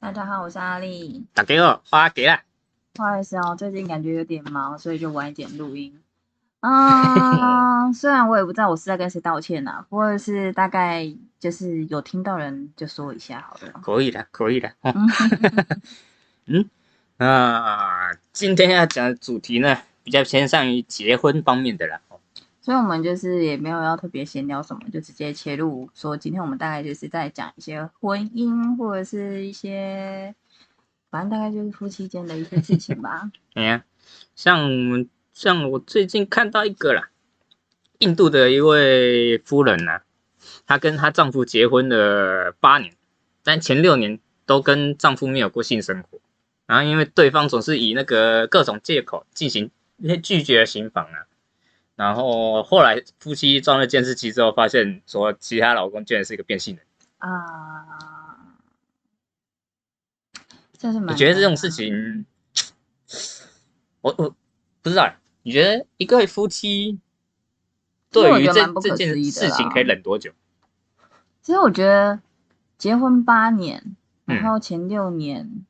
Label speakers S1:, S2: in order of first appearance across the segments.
S1: 大家好，我是阿丽。
S2: 打给我，花给啦。
S1: 不好意思哦，最近感觉有点忙，所以就晚一点录音。 啊，虽然我也不知道我是在跟谁道歉啊，不过是大概就是有听到人就说一下好了。
S2: 可以的，可以的。 哦
S1: 嗯
S2: 嗯，那今天要讲的主题呢，比较偏向于结婚方面的啦。哦
S1: 所以我们就是也没有要特别闲聊什么，就直接切入说，今天我们大概就是在讲一些婚姻或者是一些，反正大概就是夫妻间的一些事情吧。
S2: 哎呀，像我们，像我最近看到一个啦，印度的一位夫人呢、她跟她丈夫结婚了八年，但前六年都跟丈夫没有过性生活。然后因为对方总是以那个各种借口进行拒绝行房啊，然后后来夫妻装了监视器之后，发现说其他老公居然是一个变性人。
S1: 啊， 这是蛮
S2: 我觉得这
S1: 难
S2: 种
S1: 的
S2: 事情，我我不知道，欸你觉得一对夫妻
S1: 因为我
S2: 对于
S1: 觉得
S2: 这
S1: 蛮不可
S2: 这件
S1: 思议的
S2: 事情
S1: 啦
S2: 可以忍多久？
S1: 其实我觉得结婚八年，然
S2: 嗯
S1: 后前六年，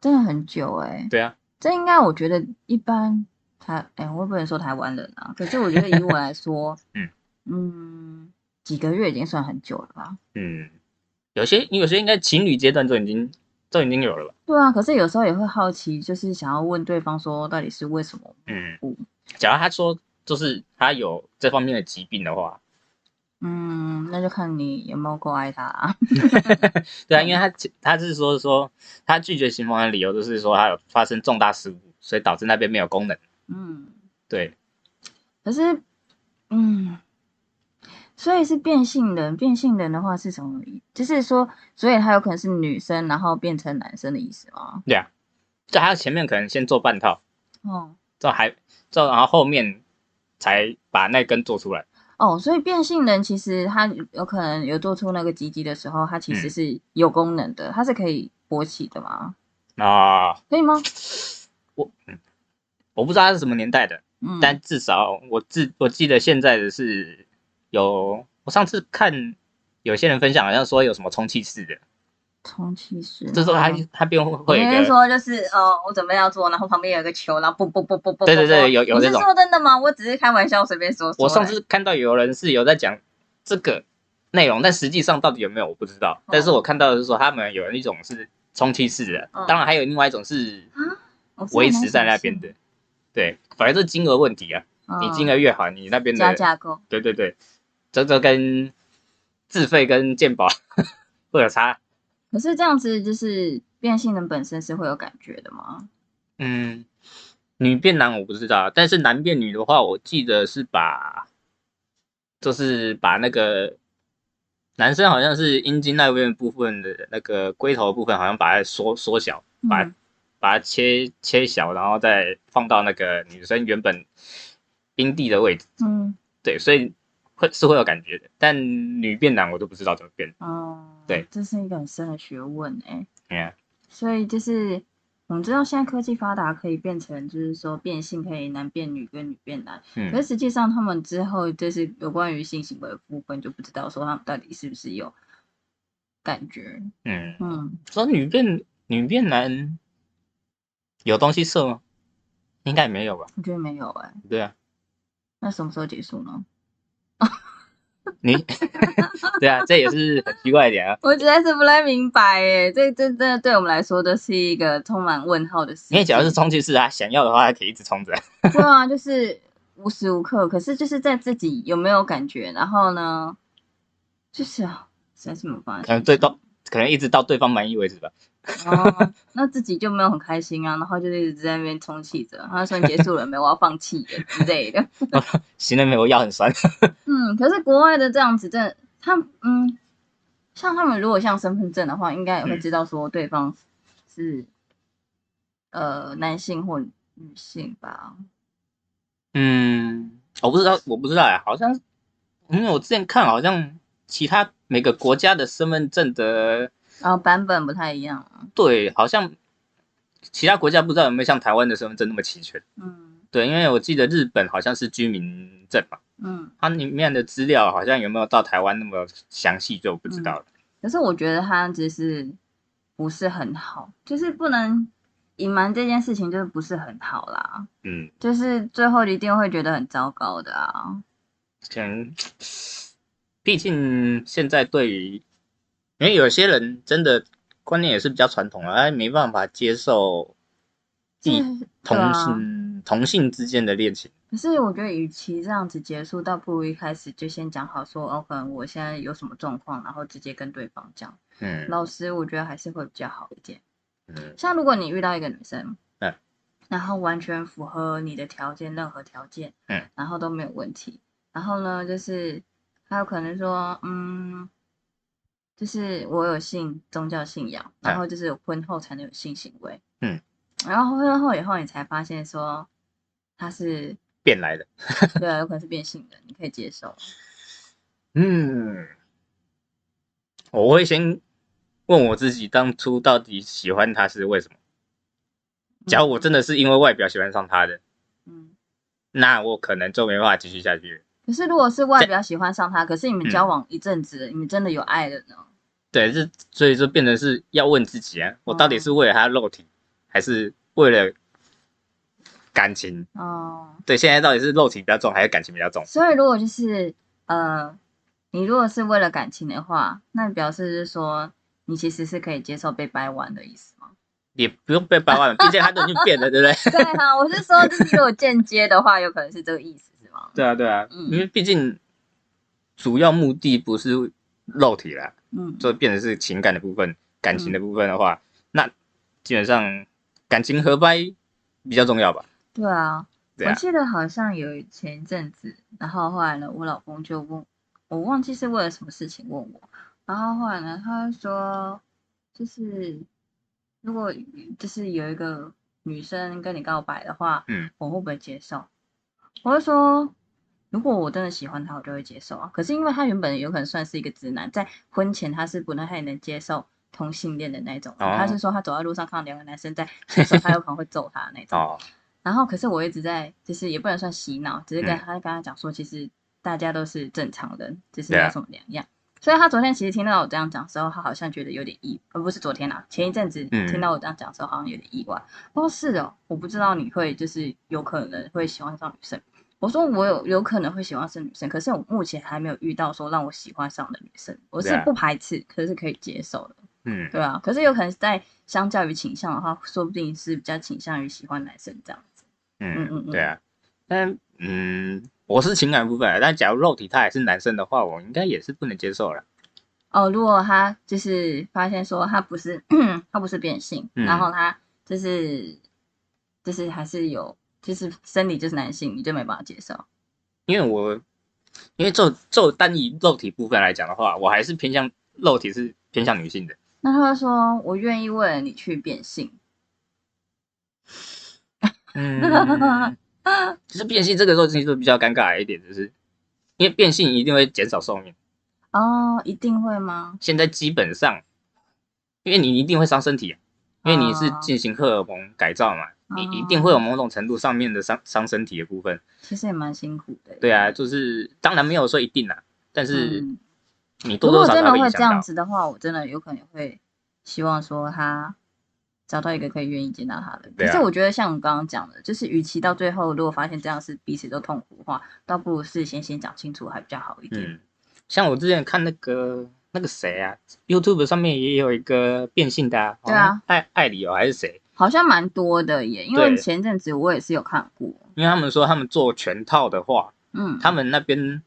S1: 真的很久哎、
S2: 对啊，，
S1: 这应该我觉得一般台，哎、我也不能说台湾人啊，可是我觉得以我来说
S2: 嗯
S1: 嗯几个月已经算很久了吧？
S2: 嗯，有些有些应该情侣阶段都已经都已经有了吧？
S1: 对啊，可是有时候也会好奇，就是想要问对方说到底是为什么？
S2: 嗯
S1: 嗯，
S2: 假如他说就是他有这方面的疾病的话，
S1: 嗯，那就看你有没有够爱他、啊。
S2: 对啊，因为
S1: 嗯
S2: 他他是说说他拒绝行房的理由就是说他有发生重大事故，所以导致那边没有功能。
S1: 嗯，
S2: 对，
S1: 可是，嗯，所以是变性人。变性人的话是什么意？就是说，所以他有可能是女生，然后变成男生的意思吗？
S2: 对啊，就他前面可能先做半套。
S1: 哦
S2: 这还这然后后面才把那根做出来。
S1: 哦，所以变性人其实他有可能有做出那个鸡鸡的时候，他其实
S2: 嗯
S1: 是有功能的，他是可以勃起的吗？
S2: 啊、
S1: 可以吗？
S2: 我不知道它是什么年代的，
S1: 嗯，
S2: 但至少我记我记得现在的是有，我上次看有些人分享好像说有什么充气式的，
S1: 充气式，
S2: 这时候它
S1: 你
S2: 它便会有一
S1: 是
S2: 个，
S1: 说就是哦，我准备要做，然后旁边有一个球，然后不不不不不，
S2: 对对对有有
S1: 你
S2: 这
S1: 是
S2: 种
S1: 说真的吗？我只是开玩笑，随便说说。
S2: 我上次看到有人是有在讲这个内容，但实际上到底有没有我不知道，
S1: 嗯
S2: 但是我看到的是说他们有一种是充气式的
S1: 嗯，
S2: 当然还有另外一种是
S1: 我知道
S2: 维
S1: 哪
S2: 持
S1: 一
S2: 在
S1: 种
S2: 那
S1: 是
S2: 边的，对，反正这金额问题啊，你金额越好，你那边
S1: 嗯
S2: 的
S1: 加架构。
S2: 对对对，这这跟自费跟鉴宝会有差。
S1: 可是这样子就是变性人本身是会有感觉的吗？
S2: 嗯，女变男我不知道，但是男变女的话，我记得是把，就是把那个男生好像是阴茎那边部分的那个龟头部分，好像把它缩缩小，把
S1: 嗯
S2: 把它切切小，然后再放到那个女生原本阴蒂的位置。
S1: 嗯
S2: 对，所以会是会有感觉的，但女变男我都不知道怎么变。
S1: 哦，
S2: 对，
S1: 这是一个很深的学问哎、
S2: 哎呀
S1: 所以就是我们知道现在科技发达，可以变成就是说变性可以男变女跟女变男，
S2: 嗯
S1: 可是实际上他们之后就是有关于性行为的部分就不知道说他们到底是不是有感觉。
S2: 嗯。
S1: 嗯，
S2: 说女变女变男有东西射吗？应该没有吧？
S1: 我觉得没有哎、
S2: 对 啊，
S1: 那什么时候结束呢？
S2: 你对啊，这也是很奇怪的点啊。
S1: 我实在是不太明白哎，这这真的对我们来说都是一个充满问号的事情。
S2: 因为假如是充气式啊，想要的话还可以一直冲着。
S1: 对啊，就是无时无刻，可是就是在自己有没有感觉，然后呢，就是啊，实在是没有办法想象。
S2: 可能最到可能一直到对方满意为止吧。
S1: 哦，那自己就没有很开心啊，然后就一直在那边充气着，然后说你结束了没，我要放弃了之类的。
S2: 行了没有？腰很酸。
S1: 嗯，可是国外的这样子真的，他嗯，像他们如果像身份证的话，应该也会
S2: 嗯
S1: 知道说对方是、呃男性或女性吧。
S2: 嗯，我不知道，我不知道哎、好像因为我之前看好像其他每个国家的身份证的
S1: 然后版本不太一样啊，
S2: 对，好像其他国家不知道有没有像台湾的身份证那么齐全。
S1: 嗯
S2: 对，因为我记得日本好像是居民证嘛。
S1: 嗯，
S2: 它里面的资料好像有没有到台湾那么详细就不知道了。
S1: 可是我觉得他只是不是很好，就是不能隐瞒这件事情，就是不是很好啦，
S2: 嗯，
S1: 就是最后一定会觉得很糟糕的啊。
S2: 可能，毕竟现在对于，因为有些人真的观念也是比较传统的，哎，没办法 接受异同
S1: 对啊
S2: 性、同性之间的恋情。
S1: 可是我觉得，与其这样子结束，倒不如一开始就先讲好说，哦，可能我现在有什么状况，然后直接跟对方讲。
S2: 嗯
S1: 老师，我觉得还是会比较好一点。
S2: 嗯
S1: 像如果你遇到一个女生，
S2: 嗯，
S1: 然后完全符合你的条件，任何条件，
S2: 嗯，
S1: 然后都没有问题，然后呢，就是还有可能说，嗯，就是我有信宗教信仰，然
S2: 嗯
S1: 后就是婚后才能有性行为，
S2: 嗯，
S1: 然后婚后以后你才发现说他是
S2: 变来的。
S1: 对啊，有可能是变性的，你可以接受。
S2: 嗯，我会先问我自己，当初到底喜欢他是为什么？假如我真的是因为外表喜欢上他的，
S1: 嗯，
S2: 那我可能就没办法继续下去了。
S1: 可是如果是外表喜欢上他，可是你们
S2: 嗯
S1: 交往一阵子了，你们真的有爱了呢？
S2: 对，是所以就变成是要问自己啊，我到底是为了他的肉体，还是为了感情？
S1: 哦、
S2: 对，现在到底是肉体比较重，还是感情比较重？
S1: 所以如果就是呃，你如果是为了感情的话，那表示是说你其实是可以接受被掰弯的意思吗？
S2: 也不用被掰 弯了，毕竟他都已经变了，对不对？
S1: 对啊，我是说，就是如果间接的话，有可能是这个意思，是吗？
S2: 对啊，对啊，
S1: 嗯
S2: 因为毕竟主要目的不是肉体啦，
S1: 嗯，
S2: 就变成是情感的部分、感情的部分的话，那基本上感情合拍比较重要吧？
S1: 对啊。
S2: 对
S1: 我
S2: 啊，
S1: 记得好像有前一阵子，然后后来呢，我老公就问我，忘记是为了什么事情问我，然后后来呢，他就说，就是如果就是有一个女生跟你告白的话，
S2: 嗯，
S1: 我会不会接受？我就说，如果我真的喜欢他，我就会接受啊。可是因为他原本有可能算是一个直男，在婚前他是不太能接受同性恋的那种人，他
S2: 哦
S1: 是说他走在路上看到两个男生在牵手，他有可能会揍他的那种。
S2: 哦，
S1: 然后可是我一直在，就是也不能算洗脑，只是跟
S2: 嗯
S1: 他跟他讲说，其实大家都是正常人，只是
S2: 对啊
S1: 没什么两样。所以他昨天其实听到我这样讲的时候，他好像觉得有点意，呃，不是昨天啦，前一阵子
S2: 嗯
S1: 听到我这样讲的时候，好像有点意外。哦，是哦，我不知道你会就是有可能会喜欢上女生。我说我有有可能会喜欢上女生，可是我目前还没有遇到说让我喜欢上的女生，我
S2: 对
S1: 是
S2: 啊
S1: 不排斥，可是可以接受的。
S2: 嗯，
S1: 对啊，可是有可能在相较于倾向的话，说不定是比较倾向于喜欢男生这样子。嗯嗯
S2: 嗯，
S1: 嗯
S2: 对啊，但嗯，我是情感部分啊，但假如肉体他也是男生的话，我应该也是不能接受了。
S1: 哦，如果他就是发现说他不是 他不是变性，
S2: 嗯
S1: 然后他就是就是还是有就是生理就是男性，你就没办法接受。
S2: 因为我，因为就就单以肉体部分来讲的话，我还是偏向肉体是偏向女性的。
S1: 那他会说我愿意为了你去变性，
S2: 嗯，就是变性这个时候其实就比较尴尬一点，就是因为变性一定会减少寿命。
S1: 哦，一定会吗？
S2: 现在基本上，因为你一定会伤身体、啊，因为你是
S1: 哦
S2: 进行荷尔蒙改造嘛，
S1: 啊
S2: 你一定会有某种程度上面的伤伤身体的部分。
S1: 其实也蛮辛苦的。
S2: 对啊，，就是当然没有说一定啦，但是
S1: 嗯
S2: 你
S1: 如
S2: 多
S1: 果
S2: 多少
S1: 真
S2: 少
S1: 的
S2: 会影
S1: 会这样
S2: 响到。
S1: 子的话，我真的有可能会希望说他找到一个可以愿意接纳他的。可
S2: 对啊
S1: 是我觉得像我刚刚讲的，就是与其到最后如果发现这样是彼此都痛苦的话，倒不如事先先讲清楚还比较好一点。
S2: 嗯，像我之前看那个那个谁啊，YouTube 上面也有一个变性的、啊，
S1: 对啊，
S2: 艾艾里哦还是谁？
S1: 好像蛮多的耶，因为
S2: 对
S1: 前阵子我也是有看过，
S2: 因为他们说他们做全套的话，
S1: 嗯，
S2: 他们那边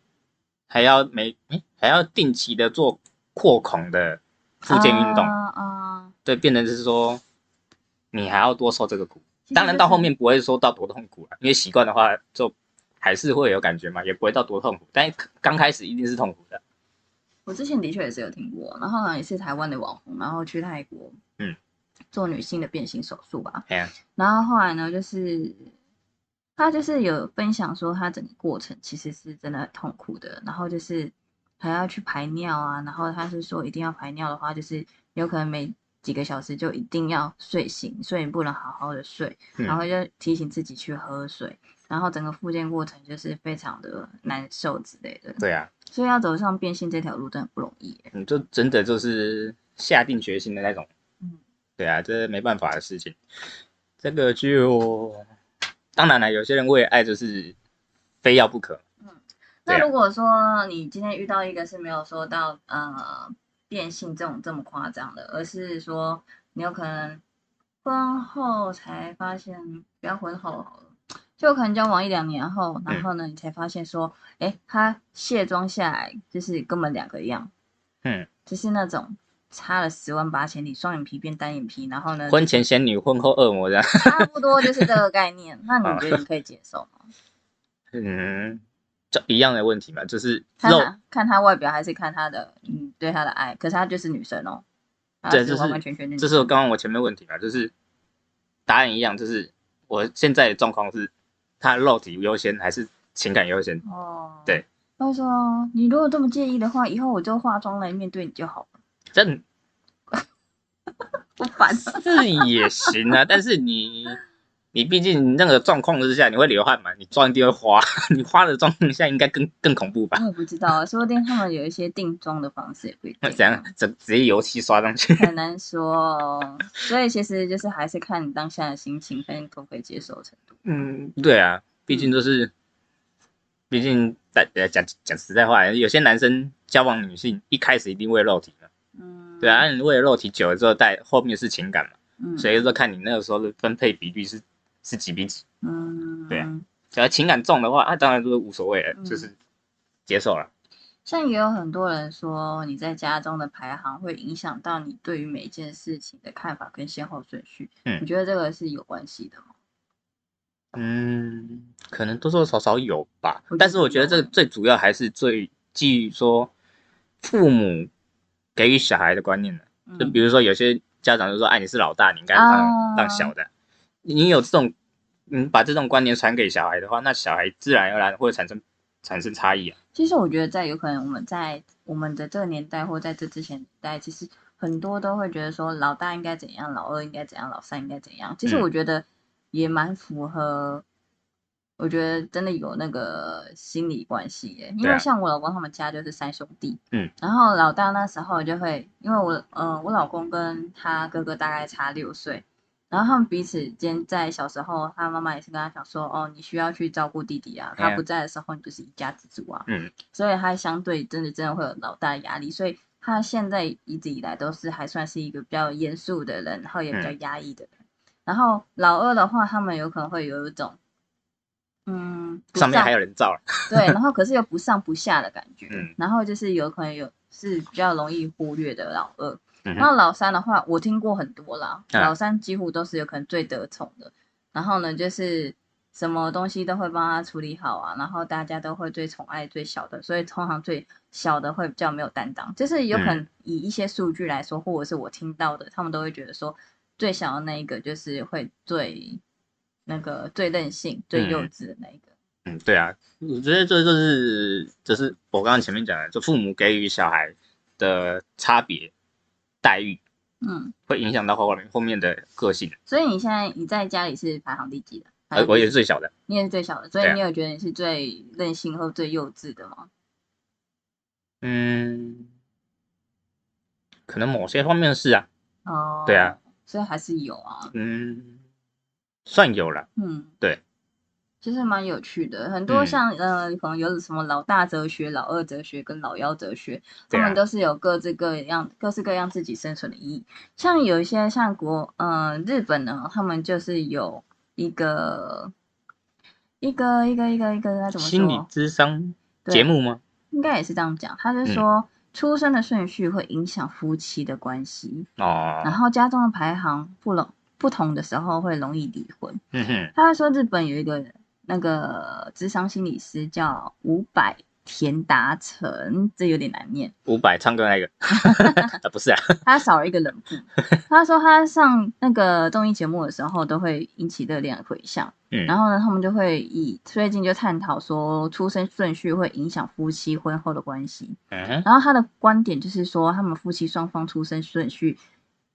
S2: 还要每、诶还要定期的做扩孔的复健运动。
S1: 啊啊，
S2: 对，变成是说你还要多受这个苦。
S1: 其实
S2: 当然到
S1: 就是
S2: 后面不会说到多痛苦了，因为习惯的话就还是会有感觉嘛，也不会到多痛苦。但刚开始一定是痛苦的。
S1: 我之前的确也是有听过，然后好像也是台湾的网红，然后去泰国，
S2: 嗯，
S1: 做女性的变性手术吧，
S2: 哎呀，
S1: 然后后来呢，就是他就是有分享说，他整个过程其实是真的很痛苦的，然后就是还要去排尿啊，然后他是说一定要排尿的话，就是有可能每几个小时就一定要睡醒，所以你不能好好的睡，
S2: 嗯
S1: 然后就提醒自己去喝水，然后整个复健过程就是非常的难受之类的，
S2: 对啊，
S1: 所以要走上变性这条路真的不容易耶。
S2: 你就真的就是下定决心的那种。
S1: 嗯，
S2: 对啊，这没办法的事情。这个就当然了，有些人为了爱就是非要不可。对
S1: 那
S2: 啊
S1: 如果说你今天遇到一个是没有说到呃变性这种这么夸张的，而是说你有可能婚后才发现，不要婚后好了，就可能交往一两年后，然
S2: 嗯
S1: 后呢你才发现说，哎、他卸妆下来就是根本两个样，
S2: 嗯，
S1: 就是那种差了十万八千里，双眼皮变单眼皮，然后呢
S2: 婚前仙女，婚后恶魔这样。
S1: 差不多就是这个概念，那你觉得 你可以接受吗？
S2: 嗯， 这一样的问题嘛，就是
S1: 看
S2: 肉
S1: 他看他外表还是看他的嗯对他的爱，可是他就是女生哦，她
S2: 对
S1: 是
S2: 就是
S1: 完完全全的女
S2: 这
S1: 生，
S2: 是我刚刚我前面问题嘛，就是答案一样，就是我现在的状况是，他肉体优先还是情感优先？
S1: 哦，
S2: 对。
S1: 他说：“你如果这么介意的话，以后我就化妆来面对你就好了。
S2: 这”
S1: 不烦。
S2: 是也行啊，但是你你毕竟那个状况之下，你会流汗嘛，你妆一定会花， 你花的状况下应该更更恐怖吧？
S1: 我也不知道啊，说不定他们有一些定妆的方式也不一定啊，
S2: 怎样直直接油漆刷上去？
S1: 很难说哦。所以其实就是还是看你当下的心情跟可不可以接受程度。
S2: 嗯，对啊，毕竟都是，毕竟大呃讲讲实在话，有些男生交往女性一开始一定为肉体嘛，
S1: 嗯，
S2: 对啊，，你为了肉体久了之后，带后面是情感嘛，
S1: 嗯，
S2: 所以说看你那个时候的分配比率是是几比几，
S1: 嗯，
S2: 对啊只要情感重的话，啊，当然就是无所谓了，
S1: 嗯
S2: 就是接受了。
S1: 像也有很多人说，你在家中的排行会影响到你对于每一件事情的看法跟先后顺序。
S2: 嗯
S1: 你觉得这个是有关系的吗？
S2: 嗯，可能多多少少有吧
S1: 我觉，
S2: 但是
S1: 得
S2: 我觉得
S1: 有
S2: 这个
S1: 欸
S2: 最主要还是最基于说父母给予小孩的观念的，就
S1: 嗯
S2: 比如说有些家长就说，哎，你是老大，你应该当
S1: 啊
S2: 当小的，你有这种，你把这种观念传给小孩的话，那小孩自然而然会产生产生差异啊。
S1: 其实我觉得，在有可能我们在我们的这个年代或在这之前的年代，其实很多都会觉得说老大应该怎样，老二应该怎样，老三应该怎样。其实
S2: 嗯
S1: 我觉得也蛮符合，我觉得真的有那个心理关系耶。因
S2: 对啊
S1: 为像我老公他们家就是三兄弟，
S2: 嗯，
S1: 然后老大那时候就会，因为我呃我老公跟他哥哥大概差六岁。然后他们彼此间在小时候，他妈妈也是跟他讲说，哦，你需要去照顾弟弟啊，
S2: 哎
S1: 他
S2: 呀
S1: 不在的时候，你就是一家之主啊。
S2: 嗯，
S1: 所以他相对真的真的会有老大的压力，所以他现在一直以来都是还算是一个比较严肃的人，然后也比
S2: 嗯
S1: 较压抑的人。然后老二的话，他们有可能会有一种，嗯，不
S2: 上面还
S1: 有
S2: 有人造了，
S1: 对，然后可是又不上不下的感觉，
S2: 嗯
S1: 然后就是有可能有是比较容易忽略的老二。
S2: 嗯哼
S1: 然后老三的话，我听过很多啦，
S2: 啊
S1: 老三几乎都是有可能最得宠的。然后呢，就是什么东西都会帮他处理好啊，然后大家都会最宠爱最小的，所以通常最小的会比较没有担当。就是有可
S2: 嗯
S1: 能以一些数据来说，或者是我听到的，他们都会觉得说，最小的那一个就是会最那个最任性、最幼
S2: 嗯
S1: 稚的那一个。
S2: 嗯，对啊，我觉得这就是就是我刚刚前面讲的，就父母给予小孩的差别待遇，
S1: 嗯，
S2: 会影响到后面后面的个性。
S1: 所以你现在你在家里是排行第几的？排
S2: 呃
S1: 行，
S2: 我
S1: 第
S2: 也
S1: 几
S2: 是最小的，
S1: 你也是最小的，所
S2: 对
S1: 以
S2: 啊
S1: 你有觉得你是最任性或最幼稚的吗？
S2: 嗯，可能某些方面是啊，
S1: 哦，
S2: 对啊，
S1: 所以还是有啊，
S2: 嗯，算有了，
S1: 嗯，
S2: 对，
S1: 其实蛮有趣的。很多
S2: 嗯
S1: 像、呃，可能有什么老大哲学、老二哲学跟老幺哲学，他
S2: 对啊
S1: 们都是有各自各样、各式各样自己生存的意义。像有一些像国呃日本呢，他们就是有一个一个一个一个一个，他怎么说？
S2: 心理智商
S1: 对
S2: 节目吗？
S1: 应该也是这样讲，他是
S2: 嗯
S1: 说、出生的顺序会影响夫妻的关系，然
S2: 哦，
S1: 后家中的排行不容不同的时候会容易离婚。
S2: 嗯哼，
S1: 他说日本有一个那个智商心理师叫五百田达成，这有点难念，
S2: 伍佰唱歌那 个，啊不是啊，
S1: 他少了一个人部。他说他上那个综艺节目的时候都会引起热烈的回响，
S2: 嗯
S1: 然后呢，他们就会以最近就探讨说出生顺序会影响夫妻婚后的关系。
S2: 嗯哼，
S1: 然后他的观点就是说，他们夫妻双方出生顺序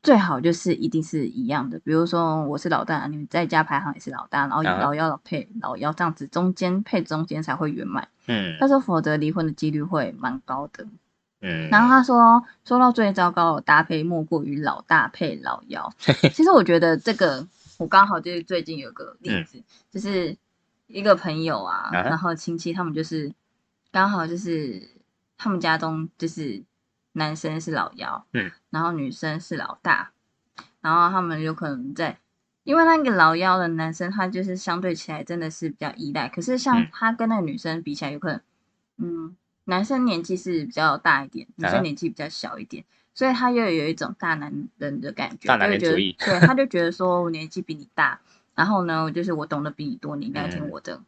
S1: 最好就是一定是一样的，比如说我是老大，你们在家排行也是老大，然后
S2: 啊
S1: 老幺配老幺这样子，中间配中间才会圆满。
S2: 嗯
S1: 他说，否则离婚的几率会蛮高的。
S2: 嗯，
S1: 然后他说，说到最糟糕的搭配，莫过于老大配老 幺。其实我觉得这个，我刚好就是最近有个例子，就是一个朋友啊，
S2: 嗯啊哈
S1: 然后亲戚他们就是刚好就是他们家中就是男生是老幺，
S2: 嗯，
S1: 然后女生是老大，然后他们有可能在。因为那个老幺的男生，他就是相对起来真的是比较依赖。可是像
S2: 嗯
S1: 他跟那个女生比起来，有可能，嗯，男生年纪是比较大一点，女
S2: 啊哈
S1: 生年纪比较小一点，所以他又有一种大男人的感觉，
S2: 大男
S1: 就会
S2: 人
S1: 觉得
S2: 主义
S1: 对，他就觉得说我年纪比你大， 然后呢，就是我懂得比你多，你应该听
S2: 嗯
S1: 我的。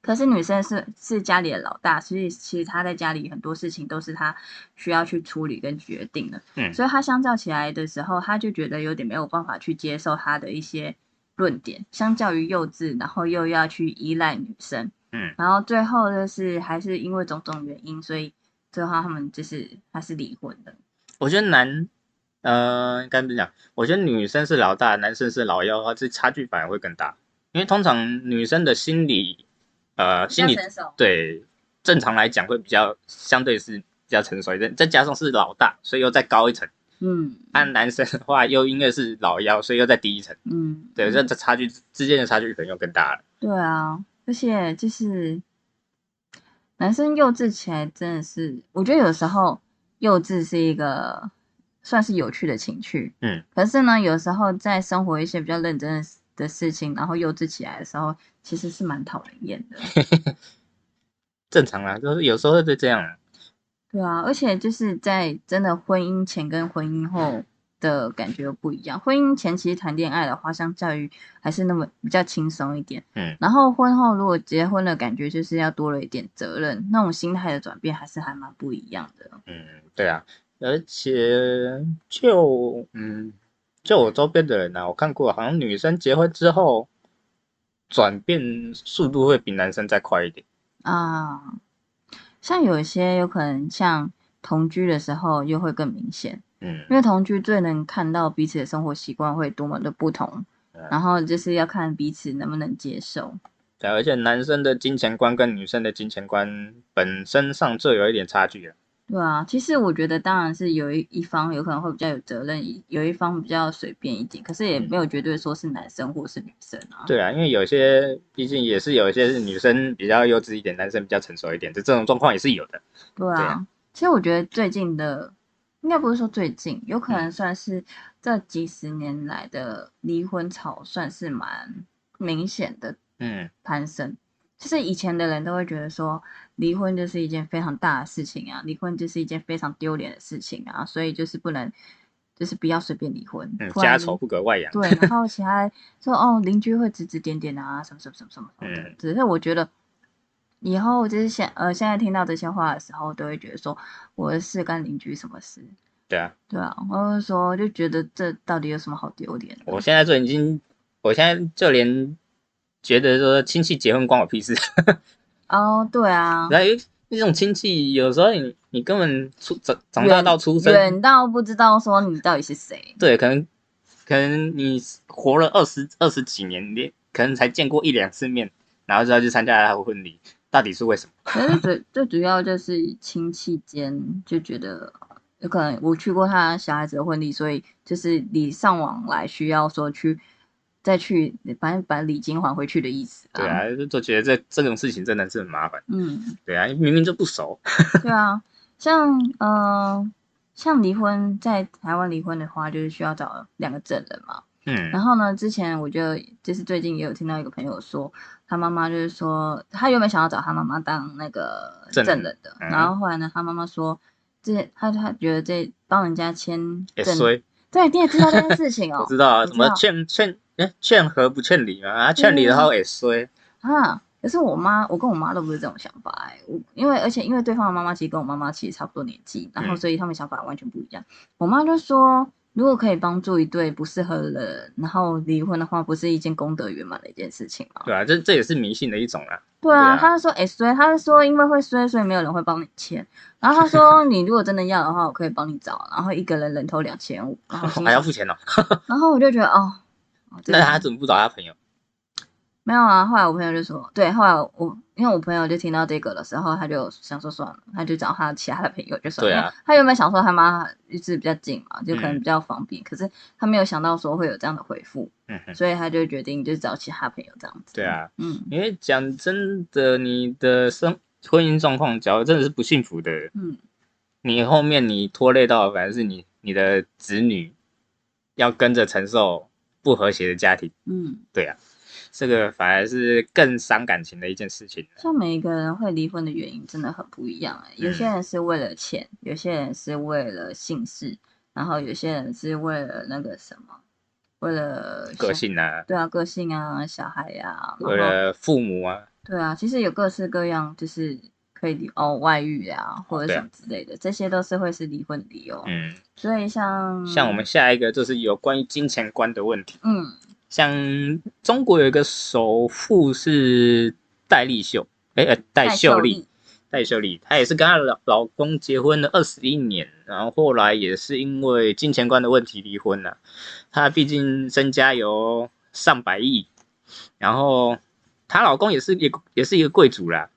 S1: 可是女生是是家里的老大，所以其实她在家里很多事情都是她需要去处理跟决定的，
S2: 嗯
S1: 所以她相较起来的时候，她就觉得有点没有办法去接受她的一些论点，相较于幼稚，然后又要去依赖女生，
S2: 嗯
S1: 然后最后就是还是因为种种原因，所以最后他们就是他是离婚的。
S2: 我觉得男，呃，应该怎么讲？我觉得女生是老大，男生是老幺，这差距反而会更大，因为通常女生的心理，呃，心理
S1: 手，
S2: 对，正常来讲会比较相对是比较成熟一点，再加上是老大，所以又再高一层。
S1: 嗯
S2: 按男生的话，又因为是老幺，所以又再低一层。
S1: 嗯，
S2: 对，这这差距之间的差距可能又更大了。
S1: 对啊，而且就是男生幼稚起来真的是，我觉得有时候幼稚是一个算是有趣的情趣，
S2: 嗯，
S1: 可是呢，有时候在生活一些比较认真的的事情，然后幼稚起来的时候，其实是蛮讨人厌的。
S2: 正常啦，就是有时候会这样啊。
S1: 对啊，而且就是在真的婚姻前跟婚姻后的感觉又不一样。婚姻前其实谈恋爱的话，相较于还是那么比较轻松一点。
S2: 嗯，
S1: 然后婚后如果结婚了，感觉就是要多了一点责任，那种心态的转变还是还蛮不一样的。
S2: 嗯，对啊，而且就嗯，就我周边的人啊，我看过，好像女生结婚之后转变速度会比男生再快一点。
S1: 啊，像有一些有可能像同居的时候又会更明显，
S2: 嗯
S1: 因为同居最能看到彼此的生活习惯会多么的不同
S2: 嗯，
S1: 然后就是要看彼此能不能接受。
S2: 对啊，而且男生的金钱观跟女生的金钱观本身上就有一点差距了。
S1: 对啊，其实我觉得当然是有一一方有可能会比较有责任，一有一方比较随便一点，可是也
S2: 嗯
S1: 没有绝对说是男生或是女生啊。
S2: 对啊，因为有些毕竟也是有一些是女生比较幼稚一点，男生比较成熟一点，这这种状况也是有的。
S1: 对啊，
S2: 对啊
S1: 其实我觉得最近的，应该不是说最近，有可
S2: 嗯
S1: 能算是这几十年来的离婚潮算是蛮明显的
S2: 嗯
S1: 攀升。就是以前的人都会觉得说，离婚就是一件非常大的事情啊，离婚就是一件非常丢脸的事情啊，所以就是不能，就是不要随便离婚，
S2: 嗯，
S1: 不然
S2: 家丑不可外扬。
S1: 对，然后其他说哦，邻居会指指点点啊，什么什么什么什么什么的
S2: 嗯。
S1: 只是我觉得以后就是现呃现在听到这些话的时候，都会觉得说我的事干邻居什么事？
S2: 对啊，
S1: 对啊，我就说就觉得这到底有什么好丢脸的？
S2: 我现在就已经，我现在就连觉得说亲戚结婚关我 屁事。
S1: 哦，对啊，
S2: 然后有那种亲戚，有时候你你根本出长长大到出生，
S1: 远到不知道说你到底是谁。
S2: 对，可能可能你活了二十二十几年，你可能才见过一两次面，然后就要去参加他的婚礼，到底是为什么？
S1: 可是最最主要就是亲戚间就觉得。有可能我去过他小孩子的婚礼，所以就是礼尚往来，需要说去再去，反正把礼金还回去的意思。
S2: 对啊，就就觉得这这种事情真的是很麻烦。
S1: 嗯，
S2: 对啊，明明就不熟。
S1: 对啊，像呃，像离婚在台湾离婚的话，就是需要找两个证人嘛。
S2: 嗯
S1: 然后呢，之前我就就是最近也有听到一个朋友说，他妈妈就是说，他原本想要找他妈妈当那个
S2: 证
S1: 证
S2: 人
S1: 人的，
S2: 嗯
S1: 然后后来呢，他妈妈说，这他他觉得这帮人家签
S2: 也
S1: 证，
S2: 衰，
S1: 对，你也知道这件事情
S2: 我
S1: 哦
S2: 知道啊，
S1: 我
S2: 什
S1: 知道嗯
S2: 么劝劝哎劝和不劝离嘛，啊劝离的话也衰，
S1: 啊。可是我妈，我跟我妈都不是这种想法哎、我因为而且因为对方的妈妈其实跟我妈妈其实差不多年纪，然后
S2: 嗯
S1: 所以他们想法完全不一样。我妈就说，如果可以帮助一对不适合的人，然后离婚的话，不是一件功德圆满的一件事情吗？
S2: 对啊，这这也是迷信的一种啦。
S1: 对
S2: 对
S1: 啊，
S2: 啊
S1: 他就说哎衰，他就说因为会衰，所以没有人会帮你签。然后他 说你如果真的要的话，我可以帮你找，然后一个人人头两千 五，然后我心
S2: 还要
S1: 想
S2: 付钱哦。
S1: 然后我就觉得哦，哦这
S2: 那
S1: 个
S2: 他怎么不找他朋友？
S1: 没有啊。后来我朋友就说，对，后来我因为我朋友就听到这个的时候，他就想说算了，他就找他其他的朋友就算了。
S2: 对啊
S1: 他原本想说他妈日子比较近嘛，就可能
S2: 嗯
S1: 比较方便，可是他没有想到说会有这样的回复，
S2: 嗯哼，
S1: 所以他就决定就找其他朋友这样子。
S2: 对，啊，
S1: 嗯
S2: 因为讲真的，你的生婚姻状况，假如真的是不幸福的，
S1: 嗯，
S2: 你后面你拖累到，反而是你你的子女要跟着承受不和谐的家庭，
S1: 嗯，
S2: 对啊，这个反而是更伤感情的一件事情。啊
S1: 像每一个人会离婚的原因真的很不一样、欸，有
S2: 嗯
S1: 些人是为了钱，有些人是为了姓氏，然后有些人是为了那个什么，为了
S2: 个
S1: 想
S2: 性啊，
S1: 对啊，个性啊，小孩呀、
S2: 为
S1: 然后
S2: 了父母啊，
S1: 对啊，其实有各式各样，就是可以离哦外遇啊，或者
S2: 对
S1: 什
S2: 啊
S1: 么之类的，这些都是会是离婚的理由。
S2: 嗯，
S1: 所以像
S2: 像我们下一个就是有关于金钱观的问题。
S1: 嗯
S2: 像中国有一个首富是戴丽秀，哎、呃，戴秀丽，
S1: 丽，
S2: 戴秀丽，她也是跟她老老公结婚了二十一年，然后后来也是因为金钱观的问题离婚了。她毕竟身家有上百亿，然后她老公也是也也是一个贵族啦，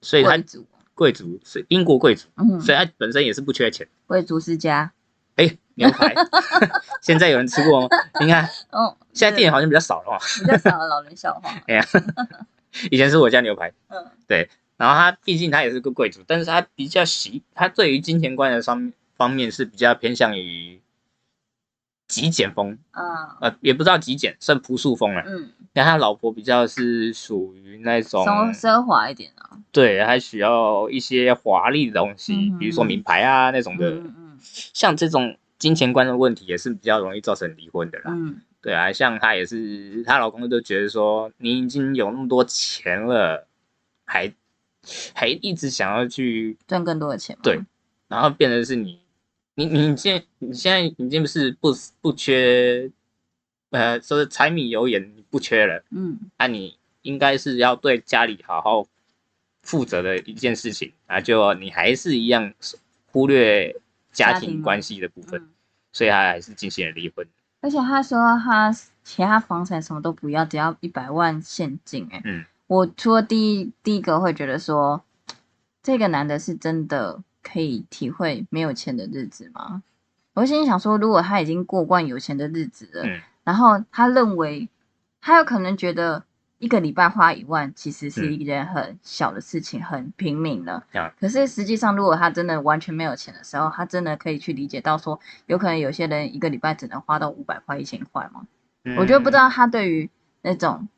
S2: 所以她
S1: 贵族，
S2: 贵族是英国贵族，
S1: 嗯，
S2: 所以她本身也是不缺钱。
S1: 贵族世家，
S2: 哎、牛 排，现在有人吃过吗？你看
S1: 哦，
S2: 现在店好像比较少了哦。
S1: 比较少的老人笑话，
S2: 哎呀，以前是我家牛排。
S1: 嗯
S2: 然后他毕竟他也是个贵族，但是他比较喜，他对于金钱观的方方面是比较偏向于极简风，
S1: 嗯
S2: 呃，也不知道极简，算朴素风了。
S1: 嗯，
S2: 但他老婆比较是属于那种，
S1: 稍奢华一点啊，
S2: 对，还需要一些华丽的东西
S1: 嗯，
S2: 比如说名牌啊那种的。
S1: 嗯嗯
S2: 像这种金钱观的问题，也是比较容易造成离婚的啦。
S1: 嗯
S2: 对啊，像她也是，她老公都觉得说，你已经有那么多钱了，还还一直想要去，
S1: 赚更多的钱嘛，
S2: 对然后变成是你，你你现你现在已经不是不不缺，呃，说是柴米油盐你不缺了，
S1: 嗯
S2: 啊，你应该是要对家里好好负责的一件事情啊，就你还是一样忽略
S1: 家
S2: 家
S1: 庭
S2: 庭
S1: 吗
S2: 关系的部分，
S1: 嗯。
S2: 所以她还是进行了离婚。
S1: 而且他说他其他房产什么都不要，只要一百万现金、欸。
S2: 嗯，
S1: 我除了第一第一个会觉得说，这个男的是真的可以体会没有钱的日子吗？我心里想说，如果他已经过惯有钱的日子了，
S2: 嗯
S1: 然后他认为他有可能觉得一个礼拜花一万其实
S2: 嗯
S1: 是一件很小的事情，很平民了。
S2: 啊
S1: 可是实际上，如果他真的完全没有钱的时候，他真的可以去理解到说，有可能有些人一个礼拜只能花到五百块、一千块嘛。我就不知
S2: 嗯
S1: 道他对于那种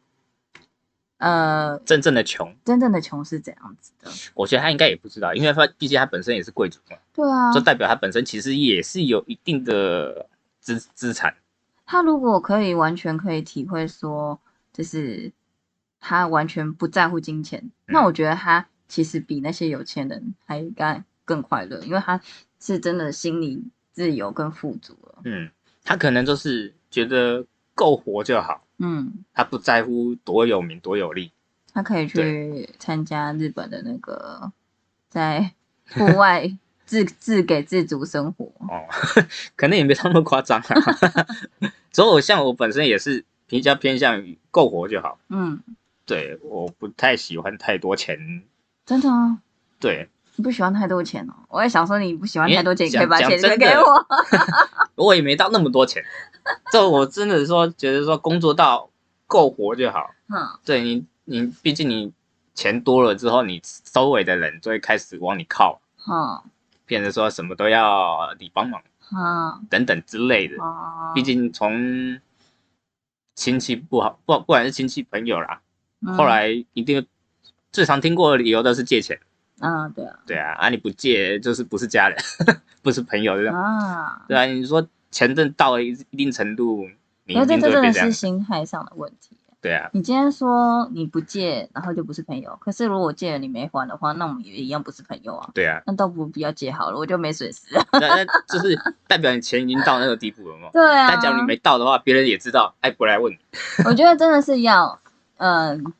S1: 呃
S2: 嗯真正的穷。
S1: 真正的穷是怎样子的。
S2: 我觉得他应该也不知道，因为他毕竟他本身也是贵族嘛，
S1: 对啊，
S2: 就代表他本身其实也是有一定的资资产。
S1: 他如果可以完全可以体会说，就是他完全不在乎金钱，那我觉得他其实比那些有钱人还应该更快乐，因为他是真的心里自由跟富足了。
S2: 嗯，他可能就是觉得够活就好，
S1: 嗯，
S2: 他不在乎多有名多有利。
S1: 他可以去参加日本的那个在户 外自自给自足生活。
S2: 哦， 可能也没他那么夸张啊。 所以，我像我本身也是比较偏向于够活就好。
S1: 嗯，
S2: 对，我不太喜欢太多钱。
S1: 真的啊，
S2: 对，
S1: 你不喜欢太多钱哦。我也想说你不喜欢
S2: 因为
S1: 太多钱，你
S2: 讲
S1: 可以把
S2: 讲
S1: 钱
S2: 真
S1: 给
S2: 的
S1: 我。
S2: 我也没到那么多钱。这我真的说觉得说工作到够活就好。
S1: 嗯，
S2: 对你，你毕竟你钱多了之后，你周围的人就会开始往你靠，
S1: 好，
S2: 变成说什么都要你帮忙
S1: 好，
S2: 等等之类的。
S1: 好。
S2: 毕竟从亲戚不好，不不管是亲戚朋友啦，
S1: 嗯
S2: 后来一定最常听过的理由都是借钱。
S1: 啊，对啊，
S2: 对啊，啊你不借就是不是家人， 不是朋友这样。
S1: 啊，
S2: 对啊，你说钱挣到了一一定程度，你
S1: 那
S2: 一
S1: 这
S2: 定
S1: 这
S2: 就
S1: 真
S2: 会
S1: 的
S2: 变这样
S1: 是。心态上的问题。
S2: 对啊，
S1: 你今天说你不借，然后就不是朋友。可是如果我借了你没还的话，那我们也一样不是朋友啊。
S2: 对啊，
S1: 那倒不如不要借好了，我就没损失。
S2: 那那就是代表你钱已经到那个地步了嘛。
S1: 对啊，
S2: 但假如你没到的话，别人也知道，哎，不来问你。
S1: 我觉得真的是要，嗯，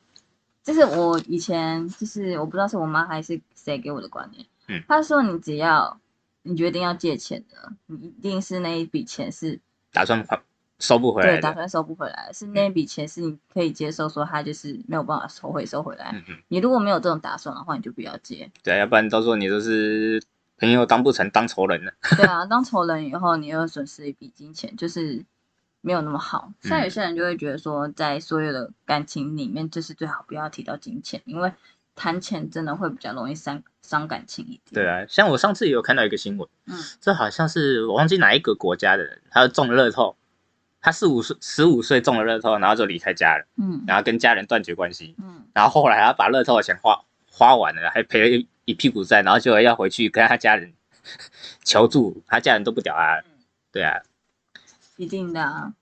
S1: 就是我以前就是我不知道是我妈还是谁给我的观念，
S2: 嗯
S1: 她说你只要你决定要借钱的，你一定是那一笔钱是
S2: 打算还收不回来
S1: 对打
S2: 的。
S1: 算收不回来，是那一笔钱是你可以接受，说她就是没有办法收回收回来。
S2: 嗯嗯，
S1: 你如果没有这种打算的话，你就不要借。
S2: 对啊，要不然到时候你就是朋友当不成当仇人了。
S1: 对啊，当仇人以后，你又损失一笔金钱，就是没有那么好。像有
S2: 嗯
S1: 些人就会觉得说，在所有的感情里面，就是最好不要提到金钱，因为谈钱真的会比较容易伤伤感情一点。
S2: 对啊，像我上次也有看到一个新闻，
S1: 嗯
S2: 这好像是我忘记哪一个国家的人，他中了乐透，他四五岁十五岁中了乐透，然后就离开家了，
S1: 嗯
S2: 然后跟家人断绝关系，
S1: 嗯，
S2: 然后后来他把乐透的钱花花完了，还赔了一一屁股债，然后就要回去跟他家人 求助，他家人都不屌他
S1: 嗯。
S2: 对啊，
S1: 一定的啊。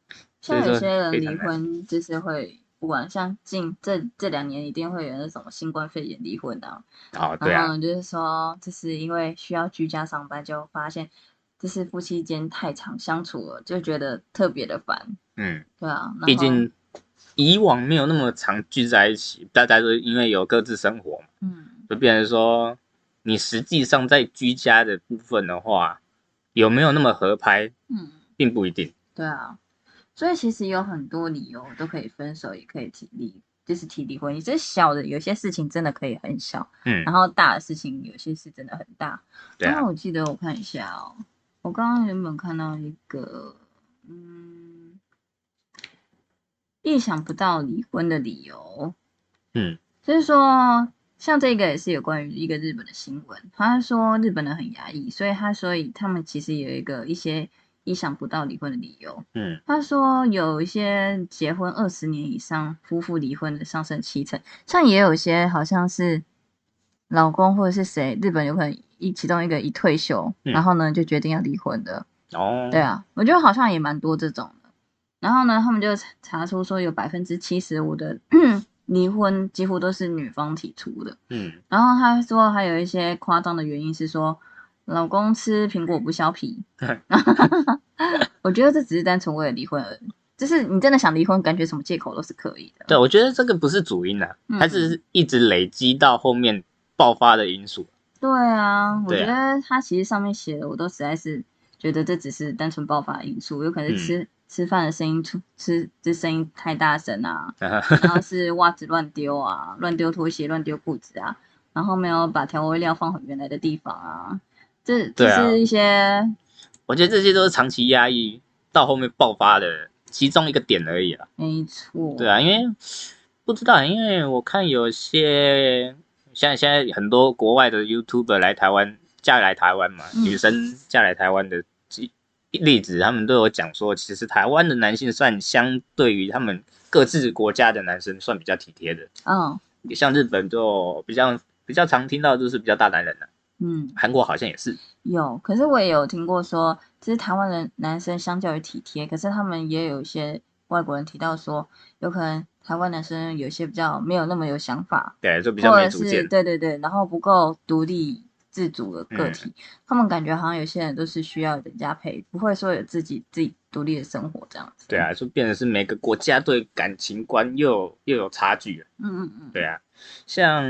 S2: 所
S1: 像
S2: 以
S1: 有
S2: 说
S1: 些人
S2: 非常
S1: 离
S2: 难
S1: 婚就是会。不管像近这这两年一定会有那种新冠肺炎离婚的啊、
S2: 哦对
S1: 然
S2: 啊，
S1: 后呢，就是说，就是因为需要居家上班，就发现就是夫妻间太常相处了，就觉得特别的烦。
S2: 嗯，
S1: 对啊，然
S2: 毕
S1: 后，
S2: 竟以往没有那么常聚在一起，大家都因为有各自生活嘛，
S1: 嗯，
S2: 就变成说你实际上在居家的部分的话，有没有那么合拍，
S1: 嗯，
S2: 并不一定。
S1: 对啊，所以其实有很多理由都可以分手，也可以提离，就是提离婚。这小的有些事情真的可以很小，
S2: 嗯，
S1: 然后大的事情有些是真的很大。
S2: 对
S1: 然
S2: 啊
S1: 后，我记得我看一下哦，我刚刚原本看到一个，嗯，意想不到离婚的理由，
S2: 嗯，
S1: 就是说，像这个也是有关于一个日本的新闻，他说日本人很压抑，所以他所以他们其实有一个一些意想不到离婚的理由。
S2: 嗯，
S1: 他说有一些结婚二十年以上夫妇离婚的上升七成，像也有一些好像是老公或者是谁，日本有可能一其中一个一退休，
S2: 嗯
S1: 然后呢就决定要离婚的。
S2: 哦，
S1: 对啊，我觉得好像也蛮多这种的。然后呢，他们就查查出说有百分之七十五的 离婚几乎都是女方提出的。
S2: 嗯，
S1: 然后他说还有一些夸张的原因是说，老公吃苹果不削皮。 我觉得这只是单纯为了离婚而已，就是你真的想离婚，感觉什么借口都是可以的。
S2: 对，我觉得这个不是主因啊，
S1: 嗯
S2: 它只是一直累积到后面爆发的因素。
S1: 对啊，我觉
S2: 对啊
S1: 得他其实上面写的，我都实在是觉得这只是单纯爆发因素，有可能是
S2: 嗯
S1: 吃、吃饭的声音出吃这声音太大声啊，然后是袜子乱丢啊，乱丢拖鞋，乱丢裤子啊，然后没有把调味料放回原来的地方啊，这这
S2: 对啊
S1: 是一些
S2: 我觉得这些都是长期压抑到后面爆发的其中一个点而已啊。
S1: 没错，
S2: 对啊，因为不知道，因为我看有些像现在很多国外的 YouTuber 来台湾嫁来台湾嘛，
S1: 嗯
S2: 女生嫁来台湾的例例子，他们都有讲说，其实台湾的男性算相对于他们各自国家的男生算比较体贴的，
S1: 嗯
S2: 像日本就比较比较常听到就是比较大男人的、
S1: 嗯
S2: 韩国好像也是，
S1: 有，可是我也有听过说，其实台湾人男生相较于体贴，可是他们也有一些外国人提到说，有可能台湾男生有些比较没有那么有想法，
S2: 对，就比较
S1: 或
S2: 没
S1: 者
S2: 主
S1: 是
S2: 见，
S1: 对对对，然后不够独立自主的个
S2: 嗯
S1: 体，他们感觉好像有些人都是需要人家陪，不会说有自己自己独立的生活这样子。
S2: 对，啊，就变成是每个国家对感情观又有又有差距了。
S1: 嗯嗯嗯，
S2: 对啊，像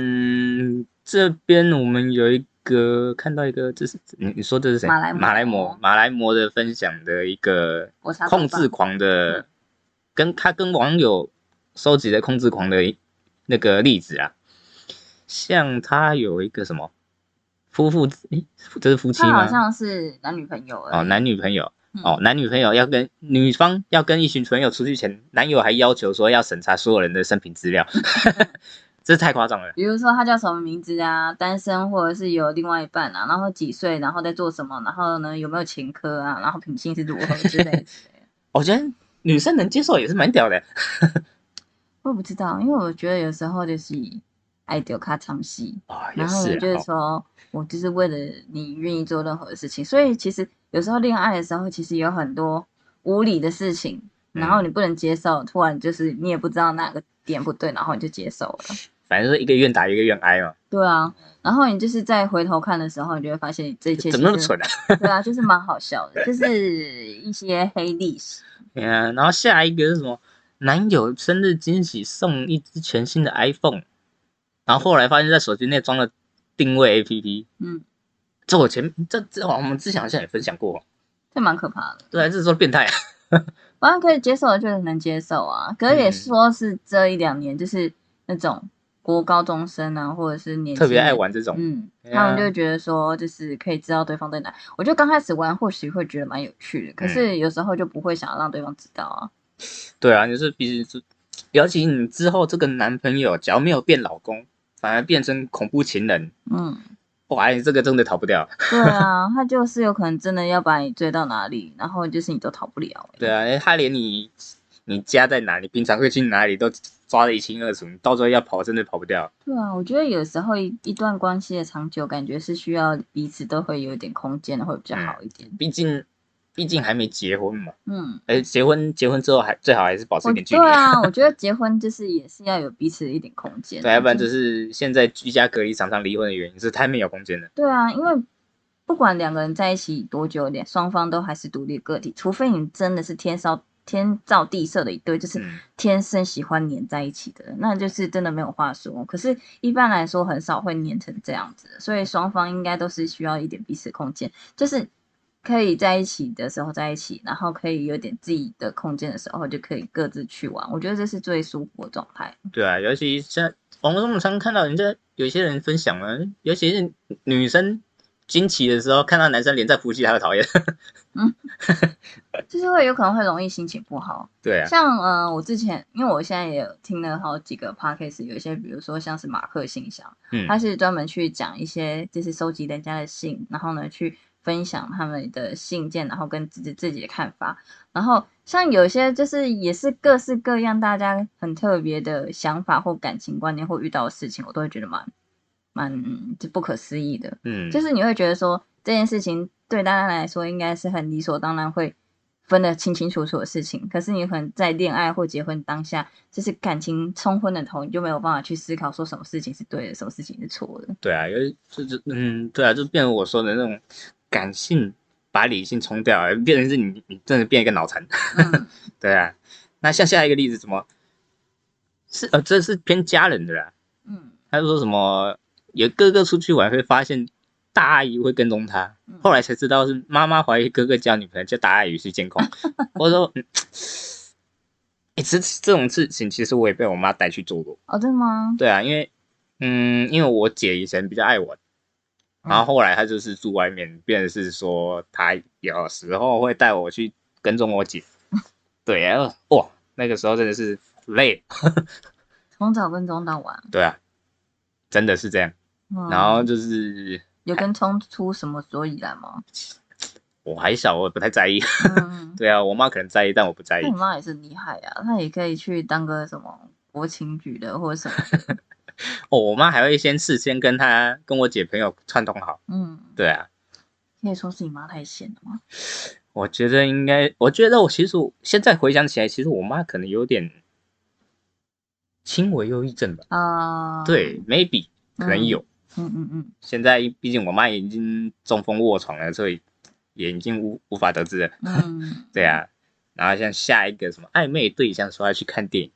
S2: 这边我们有一个看到一个，这是你你说这是谁？
S1: 马来摩
S2: 马来摩马来摩的分享的一个
S1: 我查
S2: 控
S1: 到
S2: 制
S1: 吧
S2: 狂的
S1: 嗯，
S2: 跟他跟网友收集的控制狂的一那个例子啊，像他有一个什么夫妇，诶，这是夫妻
S1: 他好
S2: 吗？
S1: 像是男女朋友而
S2: 哦，
S1: 已
S2: 男女朋友。
S1: 嗯
S2: 哦，男女朋友要跟女方要跟一群朋友出去前，男友还要求说要审查所有人的生平资料，
S1: 嗯
S2: 这太夸张了。
S1: 比如说他叫什么名字啊，单身或者是有另外一半啊，然后几岁，然后在做什么，然后呢有没有前科啊，然后品性是如何之 类的。
S2: 我觉得女生能接受也是蛮屌的。
S1: 我也不知道，因为我觉得有时候就是爱丢卡唱戏，
S2: 啊、
S1: 然后呢就是
S2: 哦
S1: 说、我就是为了你愿意做任何事情，所以其实有时候恋爱的时候，其实有很多无理的事情，
S2: 嗯
S1: 然后你不能接受，突然就是你也不知道哪个点不对，然后你就接受 了。
S2: 反正是一个愿打一个愿挨嘛，
S1: 对啊，然后你就是再回头看的时候，你就会发现这一切
S2: 怎么那么
S1: 其实
S2: 蠢啊？
S1: 对啊，就是蛮好笑的，就是一些黑历史。
S2: 嗯，然后下一个是什么？男友生日惊喜送一只全新的 iPhone，然后后来发现在手机内装了定位 APP。
S1: 嗯，
S2: 这我前这这我们之前好像也分享过，
S1: 这蛮可怕的。
S2: 对啊，这是说变态啊。
S1: 反正可以接受的就是能接受啊，可是也
S2: 嗯
S1: 说是这一两年，就是那种国高中生啊，或者是年
S2: 特别
S1: 轻人
S2: 爱玩这种，
S1: 嗯，
S2: 对
S1: 他们就
S2: 啊
S1: 会觉得说，就是可以知道对方在哪。我觉得刚开始玩或许会觉得蛮有趣的，可
S2: 嗯
S1: 是有时候就不会想要让对方知道啊。
S2: 对啊，就是毕竟是，尤其你之后这个男朋友，只要没有变老公，反而变成恐怖情人，
S1: 嗯，
S2: 哇，哎这个真的逃不掉。
S1: 对啊，他就是有可能真的要把你追到哪里，然后就是你都逃不了、欸
S2: 对啊，因为他连你你家在哪里，平常会去哪里都抓得一清二楚，你到时候要跑真的跑不掉。
S1: 对啊，我觉得有时候一一段关系的长久，感觉是需要彼此都会有一点空间的，会比
S2: 嗯
S1: 较好一点。
S2: 毕竟毕竟还没结婚嘛，
S1: 嗯，
S2: 而结婚结婚之后还最好还是保持
S1: 我
S2: 一点距离
S1: 对， 啊，我觉得结婚就是也是要有彼此的一点空间啊，
S2: 对，要不然
S1: 就
S2: 就是现在居家隔离常常离婚的原因是太没有空间了。
S1: 对啊，因为不管两个人在一起多久，两双方都还是独立个体，除非你真的是天造天造地设的一对，就是
S2: 嗯，
S1: 天生喜欢黏在一起的人，那就是真的没有话说。可是，一般来说很少会黏成这样子，所以双方应该都是需要一点彼此空间，就是可以在一起的时候在一起，然后可以有点自己的空间的时候，就可以各自去玩。我觉得这是最舒服的状态。
S2: 对啊，尤其现在网络上常看到人家有些人分享嘛，尤其是女生惊奇的时候，看到男生连在夫妻还会讨厌。
S1: 就是会有可能会容易心情不好。
S2: 对啊，
S1: 像呃，我之前因为我现在也有听了好几个 podcast，有一些比如说像是马克信箱，
S2: 嗯
S1: 他是专门去讲一些就是收集人家的信，然后呢去分享他们的信件，然后跟自己自己的看法。然后像有些就是也是各式各样大家很特别的想法或感情观念或遇到的事情，我都会觉得蛮蛮就不可思议的。
S2: 嗯，
S1: 就是你会觉得说这件事情对大家来说应该是很理所当然会分得清清楚楚的事情，可是你可能在恋爱或结婚当下，就是感情冲昏了头，你就没有办法去思考说什么事情是对的，什么事情是错的。
S2: 对啊，尤其就是嗯，对啊，就变成我说的那种感性把理性冲掉，变成是你你真的变一个脑残。
S1: 嗯，
S2: 对啊，那像下一个例子什么？是呃，这是偏家人的啦。
S1: 嗯，
S2: 他说什么有哥哥出去玩会发现大阿姨会跟踪他
S1: 嗯，
S2: 后来才知道是妈妈怀疑哥哥交女朋友，叫大阿姨去监 控。我说，嗯，哎、这这种事情其实我也被我妈带去做过。
S1: 哦，真的吗？
S2: 对啊，因为嗯，因为我姐以前比较爱玩，
S1: 嗯
S2: 然后后来她就是住外面，变成是说她有时候会带我去跟踪 我姐。对啊，然后哇，那个时候真的是累。
S1: 从早跟踪到晚，
S2: 对啊，真的是这样。
S1: 嗯、
S2: 然后就是
S1: 有跟冲出什么所以然 吗？
S2: 我还小，我也不太在意。
S1: 嗯，
S2: 对啊，我妈可能在意，但我不在意
S1: 那你。妈也是厉害啊，她也可以去当个什么国情局的或者什么 的，
S2: 哦，我妈还会先事先跟她跟我姐朋友串通好。
S1: 嗯，
S2: 对啊，
S1: 可以说是你妈太闲了吗？
S2: 我觉得应该，我觉得我其实我现在回想起来，其实我妈可能有点轻微忧郁症吧。
S1: 啊、
S2: 对，maybe 可能有。
S1: 嗯嗯嗯，
S2: 现在毕竟我妈已经中风卧床了，所以也已经无无法得知了。
S1: 嗯，
S2: 对啊，然后像下一个什么暧昧对象说要去看电影，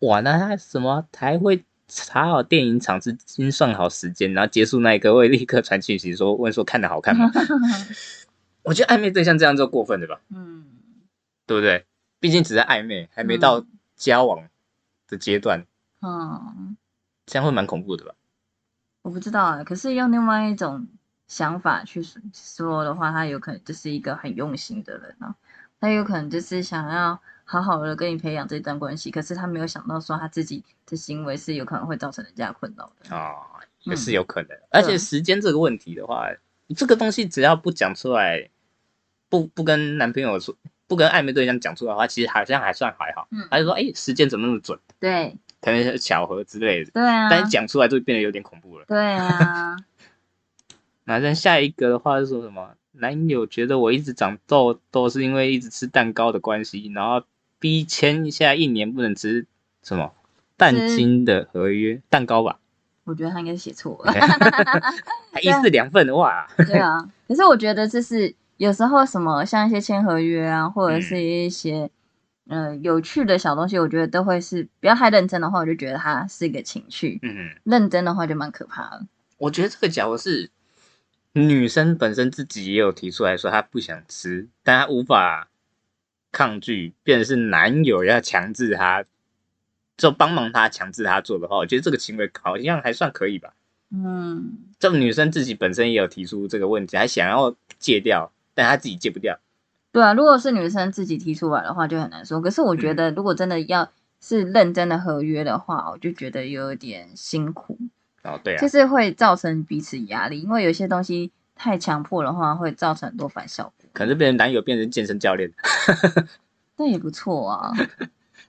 S2: 哇，那他什么还会查好电影场次，精算好时间，然后结束那一个会立刻传讯息说问说看的好看吗？ 我觉得暧昧对象这样就过分了吧，
S1: 嗯，
S2: 对不对？毕竟只是暧昧，还没到交往的阶段，
S1: 嗯，
S2: 这样会蛮恐怖的吧？
S1: 我不知道啊。可是用另外一种想法去说说的话，他有可能就是一个很用心的人啊，他有可能就是想要好好的跟你培养这段关系，可是他没有想到说他自己的行为是有可能会造成人家困扰的。
S2: 哦，也是
S1: 嗯
S2: 有可能。而且时间这个问题的话，这个东西只要不讲出来，不不跟男朋友说，不跟暧昧对象讲出来的话，其实好像还算还好。
S1: 嗯
S2: 他就说，哎、时间怎么那么准？
S1: 对
S2: 可能是巧合之类的。
S1: 对啊，
S2: 但是讲出来就变得有点恐怖了。
S1: 对 啊，
S2: 那像下一个的话是说什么？男友觉得我一直长痘痘是因为一直吃蛋糕的关系，然后逼签一下一年不能吃什么蛋精的合约，蛋糕吧？
S1: 我觉得他应该是写错了。
S2: 还一式两份，哇！
S1: 对啊，可是我觉得就是有时候什么像一些签合约啊，或者是一些嗯、呃有趣的小东西，我觉得都会是不要太认真的话，我就觉得它是一个情趣；
S2: 嗯，
S1: 认真的话就蛮可怕的。
S2: 我觉得这个假如是女生本身自己也有提出来说她不想吃，但她无法抗拒，变成是男友要强制她，就帮忙她强制她做的话，我觉得这个行为好像还算可以吧。
S1: 嗯，
S2: 这女生自己本身也有提出这个问题，还想要戒掉，但她自己戒不掉。
S1: 对啊，如果是女生自己提出来的话，就很难说。可是我觉得如果真的要是认真的合约的话，我就觉得有点辛苦，
S2: 哦，对啊
S1: 就，是会造成彼此压力，因为有些东西太强迫的话，会造成很多反效果。
S2: 可能变成男友变成健身教练，
S1: 那也不错啊。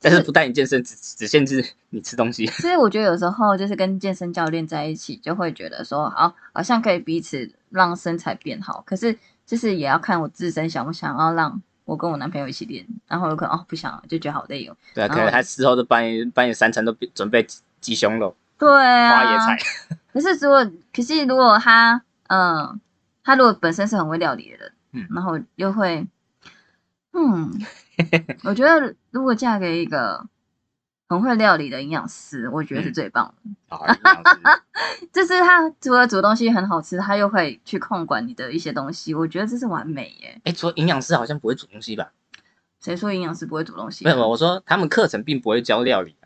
S2: 但是不带你健身，只只限制你吃东西。
S1: 所以我觉得有时候就是跟健身教练在一起，就会觉得说，好，好像可以彼此让身材变好。可是就是也要看我自身想不想要让我跟我男朋友一起练，然后有可能哦不想了，就觉得好累哦。
S2: 对啊，
S1: 然后
S2: 可能他事后都帮你帮你三餐都准备鸡鸡胸肉、
S1: 对
S2: 花
S1: 啊，
S2: 椰菜。
S1: 可是如果，可是如果他，嗯，他如果本身是很会料理的人，
S2: 嗯
S1: 然后又会， 嗯，我觉得如果嫁给一个很会料理的营养师，我觉得是
S2: 嗯
S1: 最棒的。
S2: 好，营养师
S1: 就是他除了煮东西很好吃，他又会去控管你的一些东西，我觉得这是完美耶。
S2: 哎，除了营养师好像不会煮东西吧？
S1: 谁说营养师不会煮东西啊
S2: 没
S1: 的？
S2: 有，我说他们课程并不会教料理，啊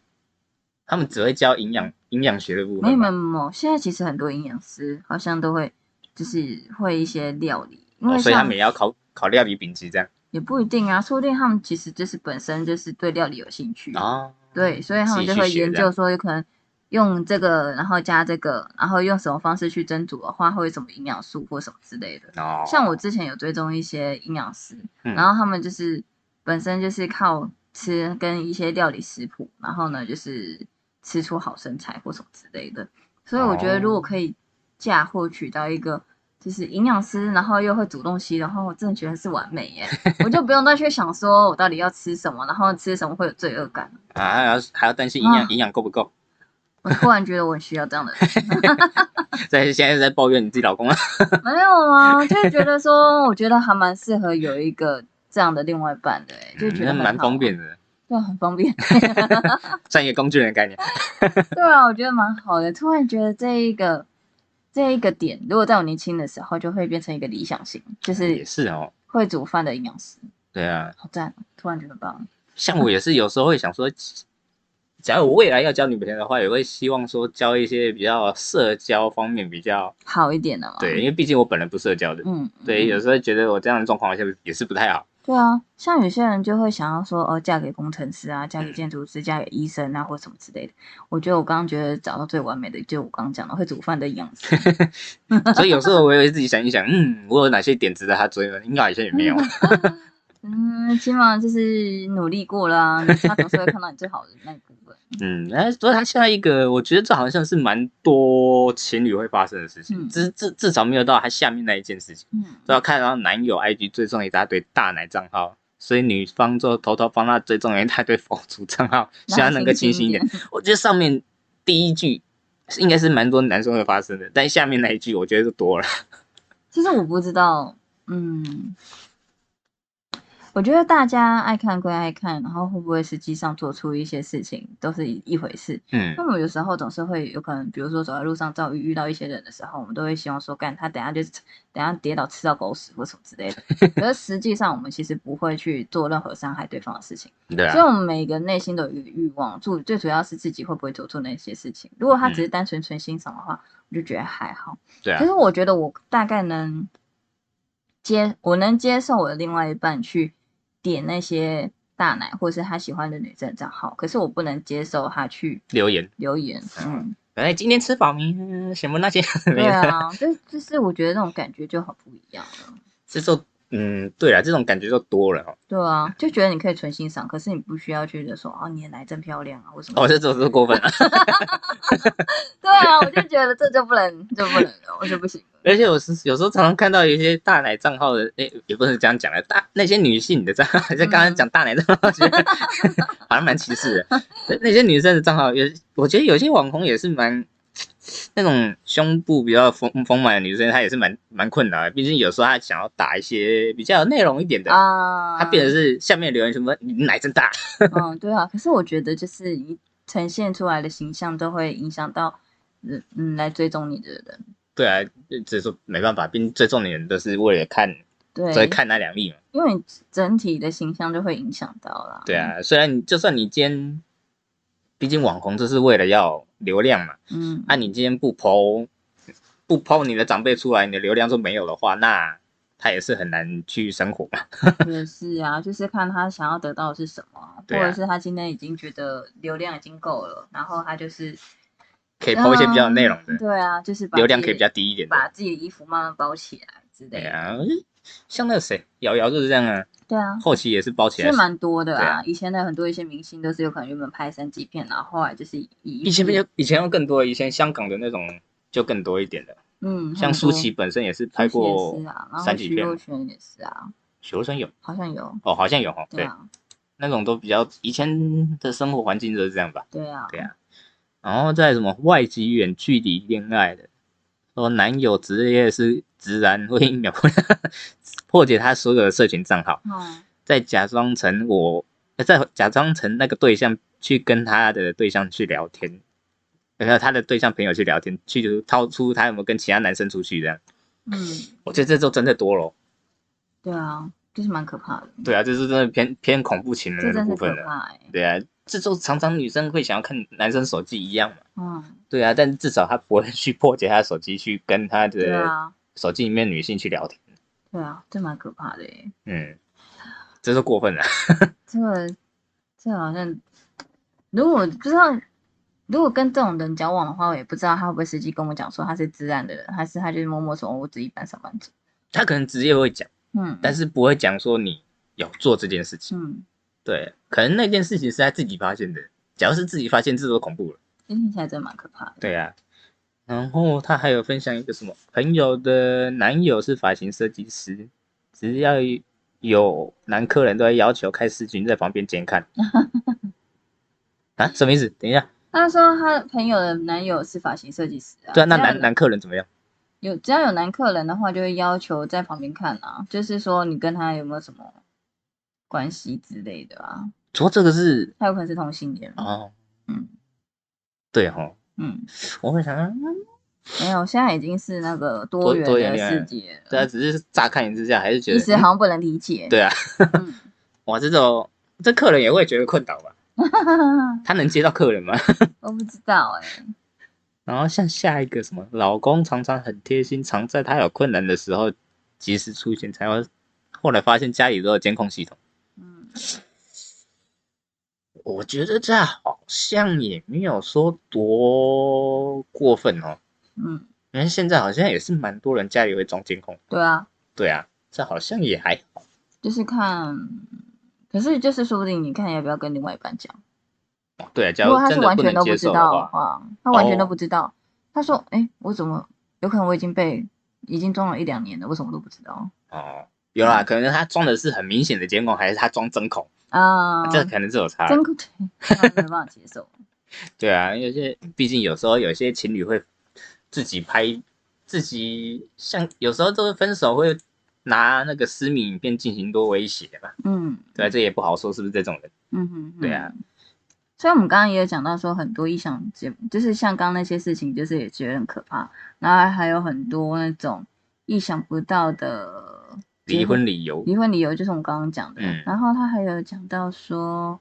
S2: 他们只会教营养营养学的部
S1: 嗯没有没
S2: 分嘛。
S1: 有没有，现在其实很多营养师好像都会，就是会一些料理，因为
S2: 哦所以他
S1: 像
S2: 们也要考考料理丙级这样。
S1: 也不一定啊，说不定他们其实就是本身就是对料理有兴趣，
S2: 哦，
S1: 对，所以他们就会研究说有可能。用这个，然后加这个，然后用什么方式去蒸煮的话，会有什么营养素或什么之类的。
S2: 哦，
S1: 像我之前有追踪一些营养师，
S2: 嗯
S1: 然后他们就是本身就是靠吃跟一些料理食谱，然后呢就是吃出好身材或什么之类的。所以我觉得如果
S2: 哦
S1: 可以嫁或娶到一个就是营养师，然后又会煮东西的话，我真的觉得是完美 耶！我就不用再去想说我到底要吃什么，然后吃什么会有罪恶感。
S2: 啊，还要还要担心营养
S1: 啊
S2: 营养够不够，
S1: 我突然觉得我很需要这样的 人。
S2: 在现在在抱怨你自己老公啊，
S1: 没有啊，就是觉得说，我觉得还蛮适合有一个这样的另外一半的、欸，就觉得
S2: 嗯那
S1: 很
S2: 蛮
S1: 好
S2: 方
S1: 啊，
S2: 便的，
S1: 对，很方便。
S2: 算一个工具人的概念。
S1: 对啊，我觉得蛮好的。突然觉得这一个这一个点，如果在我年轻的时候，就会变成一个理想型，就
S2: 也
S1: 是
S2: 是哦，
S1: 会煮饭的营养师，
S2: 对啊，
S1: 好赞哦！突然觉得很棒。
S2: 像我也是有时候会想说，假如我未来要交女朋友的话，也会希望说交一些比较社交方面比较
S1: 好一点的嘛。
S2: 对，因为毕竟我本人不社交的，
S1: 嗯，嗯，
S2: 对，有时候觉得我这样的状况好像也是不太好。
S1: 对啊，像有些人就会想要说，哦，嫁给工程师啊，
S2: 嗯
S1: 嫁给建筑师，嫁给医生啊，或什么之类的。我觉得我刚刚觉得找到最完美的，就我刚刚讲的会煮饭的营养 师。
S2: 所以有时候我也会自己想一想，嗯，我有哪些点值得他追呢？应该有些也没 有。
S1: 嗯，起码就是努力过啦、你他总是会看到你最好的那一部 分。
S2: 嗯，哎，所以他下一个，我觉得这好像是蛮多情侣会发生的事情，
S1: 嗯
S2: 至至至少没有到他下面那一件事情，
S1: 嗯，
S2: 都要看到男友 IG 追踪一大堆大奶账号，所以女方就偷偷帮他追踪了一大堆佛祖账 号，希望能够清醒一点。。我觉得上面第一句是应该是蛮多男生会发生的，但下面那一句我觉得就多了。
S1: 其实我不知道，嗯，我觉得大家爱看归爱看，然后会不会实际上做出一些事情都是一一回事。
S2: 嗯
S1: 那，么有时候总是会有可能，比如说走在路上遭遇遇到一些人的时候，我们都会希望说，干他等下就是等下跌倒吃到狗屎或什么之类 的。可是实际上我们其实不会去做任何伤害对方的事情。
S2: 对
S1: 所以，
S2: 啊，
S1: 我们每个内心都有一个欲望，主最主要是自己会不会做出那些事情。如果他只
S2: 嗯
S1: 是单纯纯欣赏的话，我就觉得还好。
S2: 对啊
S1: 可，是我觉得我大概能接，我能接受我的另外一半去点那些大奶或是他喜欢的女生的账号，可是我不能接受他去
S2: 留言，
S1: 留言。嗯，
S2: 哎，今天吃饱没？嗯什么那些 没
S1: 对啊
S2: 有。
S1: 啊，就就是我觉得那种感觉就很不一样了。
S2: 这时候嗯，对了，这种感觉就多了哦。
S1: 对啊，就觉得你可以纯欣赏，可是你不需要觉得说哦，你的奶真漂亮啊，或什么。
S2: 哦，这种是过分了。
S1: 对啊，我就觉得这就不能，就不能了，我就不 行。
S2: 而且我是有时候常常看到有一些大奶账号的，诶、也不是这样讲的，大那些女性的账号，像刚
S1: 嗯
S2: 刚讲大奶账号， 觉得好像蛮歧视的。那那些女生的账号，有我觉得有些网红也是蛮那种胸部比较丰丰满的女生，她也是蛮蛮困扰的。毕竟有时候她想要打一些比较有内容一点的，
S1: 啊，
S2: 她变成是下面留言什么你奶真大，
S1: 嗯，对啊。可是我觉得，就是你呈现出来的形象，都会影响到嗯嗯来追踪你的人。
S2: 对啊，只是说没办法，毕竟最重点都是为了看，所以
S1: 对，
S2: 看那两亿嘛。
S1: 因为你整体的形象就会影响到啦。
S2: 对，啊，虽然你就算你今天，毕竟网红就是为了要流量嘛， 啊
S1: 嗯，
S2: 那、你今天不剖不剖你的长辈出来，你的流量就没有的话，那他也是很难去生活嘛。
S1: 也是啊，就是看他想要得到的是什么啊，
S2: 对
S1: 或
S2: 啊
S1: 者是他今天已经觉得流量已经够了，然后他就是
S2: 可以剖一些比较有内容
S1: 嗯
S2: 的，
S1: 对啊，就是把
S2: 流量
S1: 自
S2: 可以
S1: 己
S2: 比较低一点的。
S1: 把自己的衣服慢慢包起来之
S2: 对
S1: 类的。
S2: 啊，像那个谁，瑶瑶就是这样啊，
S1: 对啊，
S2: 后期也是包起来
S1: 是。蛮多的
S2: 对
S1: 啊
S2: 啊。
S1: 以前的很多一些明星都是有可能原本拍三级片，然后后来就是以
S2: 以前比较以前要更多，以前香港的那种就更多一点的，
S1: 嗯，
S2: 像
S1: 很
S2: 舒
S1: 多
S2: 淇本身也是
S1: 舒
S2: 拍
S1: 淇
S2: 过
S1: 也是啊，然后
S2: 三级
S1: 徐
S2: 片
S1: 若
S2: 嘛，
S1: 瑄也是啊，
S2: 许若瑄有
S1: 好像有。
S2: 哦，好像有哦，
S1: 对
S2: 对，
S1: 啊，
S2: 那种都比较以前的生活环境就是这样吧。
S1: 对啊，
S2: 对啊然后在什么外籍远距离恋爱的，说男友职业是直男，会一秒破破解他所有的社群账号，
S1: 嗯，
S2: 再假装成我，呃再假装成那个对象去跟他的对象去聊天，然后他的对象朋友去聊天，去掏出他有没有跟其他男生出去这样。
S1: 嗯，
S2: 我觉得这就真的多了哦。
S1: 对啊，就是蛮可怕的，
S2: 对啊，这是真的偏偏恐怖情
S1: 这
S2: 人的
S1: 真
S2: 嗯部
S1: 是可
S2: 分了。
S1: 怕哎、
S2: 对啊，这就常常女生会想要看男生手机一样嘛。
S1: 嗯，
S2: 对啊，但至少他不会去破解他的手机去跟他
S1: 对
S2: 的
S1: 啊，
S2: 手机里面女性去聊天。
S1: 对啊，这蛮可怕的哎、
S2: 嗯，这是过分了。
S1: 这个这个好像，如果不知道，如果跟这种人交往的话，我也不知道他会不会实际跟我讲说他是自然的人，还是他就是默默说哦我只一般上班族。
S2: 他可能直接会讲，
S1: 嗯，
S2: 但是不会讲说你有做这件事情。
S1: 嗯，
S2: 对，可能那件事情是他自己发现的。假如是自己发现，这多恐怖了。
S1: 听起来真的蛮可怕的。
S2: 对啊，然后他还有分享一个什么朋友的男友是发型设计师，只要有男客人都会要求开视讯在旁边监看。啊，什么意思？等一下，
S1: 他说他朋友的男友是发型设计师啊，
S2: 对啊，那
S1: 只要有
S2: 男男客人怎么样？
S1: 有只要有男客人的话，就会要求在旁边看啊，就是说你跟他有没有什么关系之类的啊，
S2: 说这个是
S1: 他有可能是同性恋。
S2: 哦，
S1: 嗯
S2: 对哦，
S1: 嗯，
S2: 我会想，嗯
S1: 没有，现在已经是那个多
S2: 多
S1: 元
S2: 多元
S1: 的
S2: 恋
S1: 世
S2: 爱
S1: 界了，
S2: 对啊，只是乍看一之下还是觉
S1: 一时
S2: 得，
S1: 好像不能理解。
S2: 对啊，
S1: 嗯
S2: 哇，这种这客人也会觉得困扰吧？他能接到客人吗？
S1: 嗯 我不知道哎、
S2: 然后像下一个什么，老公常常很贴心，常在他有困难的时候及时出现，才会。后来发现家里都有监控系统，
S1: 嗯，
S2: 我觉得这好像也没有说多过分哦，
S1: 嗯，
S2: 因为现在好像也是蛮多人家里会装监控。
S1: 对啊，
S2: 对啊，这好像也还好。
S1: 就是看，可是就是说不定你看要不要跟另外一半讲，
S2: 对啊，假
S1: 如
S2: 如
S1: 果他是
S2: 真的
S1: 完
S2: 不
S1: 全
S2: 能
S1: 都不
S2: 接
S1: 知
S2: 受的
S1: 道的
S2: 话，
S1: 话，他完全都
S2: 哦
S1: 不知道，他说，哎、我怎么有可能我已经被已经装了一两年了，为什么都不知道
S2: 哦，有
S1: 嗯
S2: 啦，可能他装的是很明显的监控，还是他装针孔，
S1: 啊？
S2: 这可能是有差。
S1: 真对，那没办法接受。
S2: 对啊，有些毕竟有时候有些情侣会自己拍，自己像有时候这个分手会拿那个私密影片进行多威胁嘛，
S1: 嗯
S2: 对啊，这也不好说是不是这种人。
S1: 嗯哼，
S2: 对啊
S1: 嗯。所以我们刚刚也有讲到说，很多意想节就是像刚刚那些事情，就是也觉得很可怕，然后还有很多那种意想不到的
S2: 离婚理由，
S1: 离婚理由就是我们刚刚讲的，
S2: 嗯
S1: 然后他还有讲到说，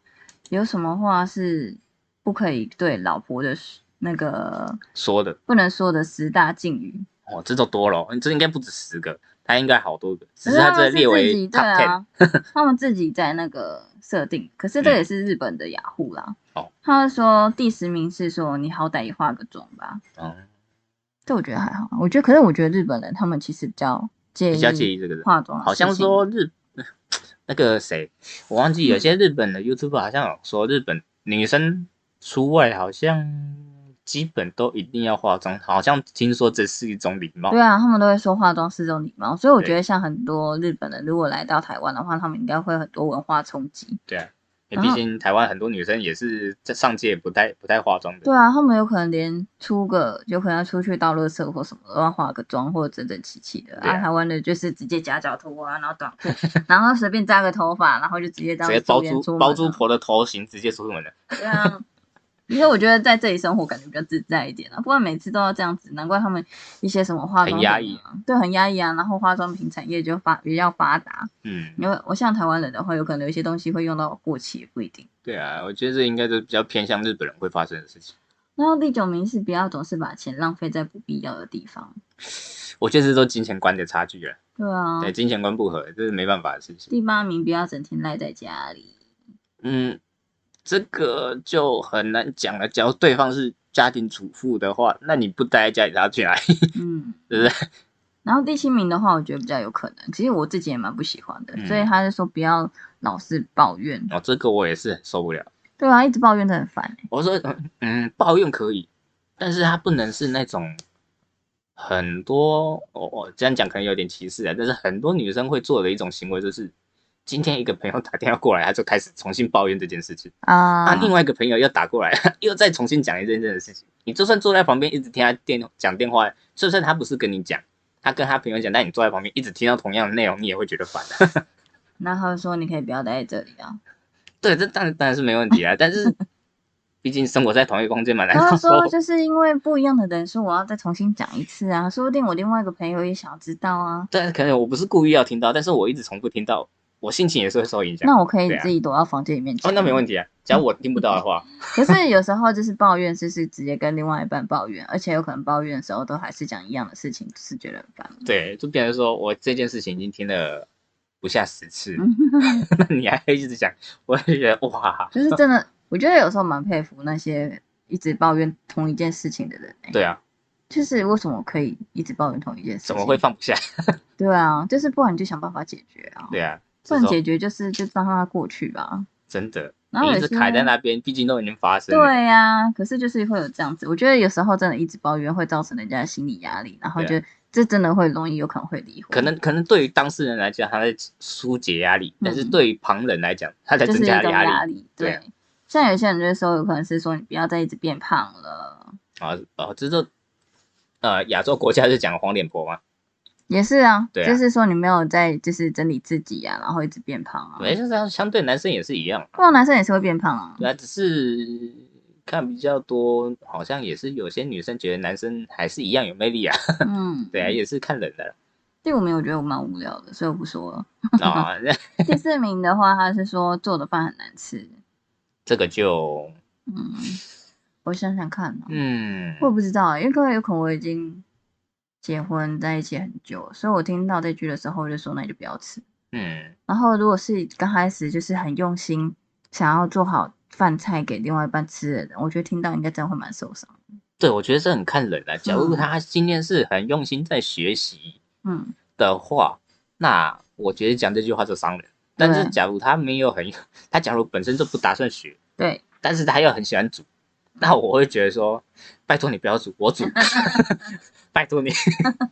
S1: 有什么话是不可以对老婆的十那个
S2: 说的
S1: 不能说的十大禁语，
S2: 哦，这都多了哦，这应该不止十个，他应该好多个，只是
S1: 可
S2: 他
S1: 他
S2: 这
S1: 啊们是
S2: 列
S1: 自
S2: 为
S1: 己对
S2: top ten、
S1: 啊，他们自己在那个设定，可是这
S2: 嗯
S1: 也是日本的雅虎啦。
S2: 哦
S1: 他说第十名是说你好歹也化个妆吧，
S2: 嗯
S1: 啊这我觉得还好，我觉得可是我觉得日本人他们其实比较介
S2: 比较介
S1: 意
S2: 意这个的。
S1: 化妆的
S2: 好像
S1: 事情
S2: 说日 那个谁，我忘
S1: 嗯
S2: 记有些日本的 YouTube 好像有说日本女生出外好像基本都一定要化妆，好像听说这是一种礼貌
S1: 对。啊，他们都会说化妆是种礼貌，所以我
S2: 对
S1: 觉得像很多日本人如果来到台湾的话，他们应该会很多文化冲击。
S2: 对啊，因
S1: 然
S2: 为毕
S1: 后
S2: 竟台湾很多女生也是在上街也不太不太化妆的。
S1: 对啊，他们有可能连出个有可能要出去到垃圾或什么都要化个妆或者整整齐齐的，
S2: 对啊
S1: 台湾的就是直接夹脚拖啊，然后短 裤，然后随便扎个头啊发，然后就直接这
S2: 直
S1: 样
S2: 接
S1: 子
S2: 包
S1: 出门出
S2: 租
S1: 门
S2: 包
S1: 了
S2: 租婆的头型直接出门了，
S1: 对啊，因为我觉得在这里生活感觉比较自在一点啊，不然每次都要这样子，难怪他们一些什么化妆
S2: 很
S1: 品
S2: 压
S1: 啊
S2: 抑，
S1: 对，很压抑啊。然后化妆品产业就发比较发达，
S2: 嗯，
S1: 因为我像台湾人的话，有可能有一些东西会用到过期，也不一定。
S2: 对啊，我觉得这应该就比较偏向日本人会发生的事情。
S1: 然后第九名是不要总是把钱浪费在不必要的地方，
S2: 我觉得这都金钱观的差距了，
S1: 对啊。
S2: 对，金钱观不合，这是没办法的事情。
S1: 第八名不要整天赖在家 里，
S2: 嗯，这个就很难讲了。假如对方是家庭主妇的话，那你不待在家里，他去哪里？
S1: 嗯，
S2: 对不对？
S1: 然后第七名的话，我觉得比较有可能，其实我自己也蛮不喜欢的，所以
S2: 嗯
S1: 他就说不要老是抱怨，
S2: 哦，这个我也是很受不了。
S1: 对啊，一直抱怨真的很烦、欸，
S2: 我说，嗯嗯，抱怨可以，但是他不能是那种很多，我、我这样讲可能有点歧视啊，但是很多女生会做的一种行为就是，今天一个朋友打电话过来，他就开始重新抱怨这件事情，
S1: 啊
S2: 啊，另外一个朋友又打过来， 又再重新讲一件这件事情。你就算坐在旁边一直听他电讲电话，就算他不是跟你讲，他跟他朋友讲，但你坐在旁边一直听到同样的内容，你也会觉得烦、啊
S1: 那他就说你可以不要待在这里啊。
S2: 对，这当然当然是没问 题啊，但是毕竟生活在同一个空间嘛，难
S1: 然后
S2: 道
S1: 说就是因为不一样的人数，我要再重新讲一次啊，说不定我另外一个朋友也想知道啊。
S2: 但可能我不是故意要听到，但是我一直重复听到，我心情也是会受影响。
S1: 那我可以
S2: 对啊
S1: 自己躲到房间里面讲、
S2: 哦，那没问
S1: 题。
S2: 题啊，假如我听不到的话，
S1: 可是有时候就是抱怨，就是直接跟另外一半抱怨，而且有可能抱怨的时候都还是讲一样的事情，就是觉得很烦。
S2: 对，就变成说我这件事情已经听了不下十 次，
S1: 嗯
S2: 那你还一直讲，我就觉得哇，
S1: 就是真的，我觉得有时候蛮佩服那些一直抱怨同一件事情的人、欸。
S2: 对啊，
S1: 就是为什么可以一直抱怨同一件事情？
S2: 怎么会？放不下？
S1: 对啊，就是不然你就想办法解决啊。
S2: 对啊，
S1: 不
S2: 这
S1: 能
S2: 时候
S1: 解决就是就让它过去吧。
S2: 真的，
S1: 然
S2: 你
S1: 后
S2: 一
S1: 有
S2: 直
S1: 些
S2: 卡在那边，毕竟都已经发生了。
S1: 对呀、可是就是会有这样子，我觉得有时候真的一直抱怨会造成人家的心理压力，然后就、
S2: 对啊
S1: 这真的会容易有可能会离婚，
S2: 可能可能对于当事人来讲，他在疏解压力，但是对于旁人来讲，他在
S1: 嗯就
S2: 增
S1: 是一
S2: 加
S1: 种
S2: 压
S1: 压
S2: 力
S1: 力。
S2: 对啊
S1: 对，像有些人就是说，有可能是说你不要再一直变胖了，
S2: 啊哦，这就呃亚洲国家就讲黄脸婆嘛，
S1: 也是啊，
S2: 对啊
S1: 就是说你没有在就是整理自己啊，然后一直变胖啊，
S2: 没事，这样相对男生也是一样，
S1: 不然男生也是会变胖 啊。
S2: 那只是看比较多，好像也是有些女生觉得男生还是一样有魅力啊，
S1: 嗯，
S2: 对啊，。也是看人的啦
S1: 第五名我觉得我蛮无聊的，所以我不说了。
S2: 啊，那
S1: 第四名的话，他是说做的饭很难吃，
S2: 这个就
S1: 嗯，我想想看、哦，
S2: 嗯，
S1: 我不知道，因为各位有可能我已经结婚在一起很久，所以我听到这句的时候，我就说那你就不要吃。
S2: 嗯，
S1: 然后如果是刚开始就是很用心想要做好饭菜给另外一半吃的人，我觉得听到应该真的会蛮受伤。
S2: 对，我觉得这很看人啊。假如
S1: 嗯
S2: 他今天是很用心在学习
S1: 嗯，
S2: 的话，那我觉得讲这句话就伤人。但是
S1: 对
S2: 假如他没有很，他假如本身就不打算学，
S1: 对，
S2: 但是他又很喜欢煮，那我会觉得说，拜托你不要煮，我 煮，拜托你。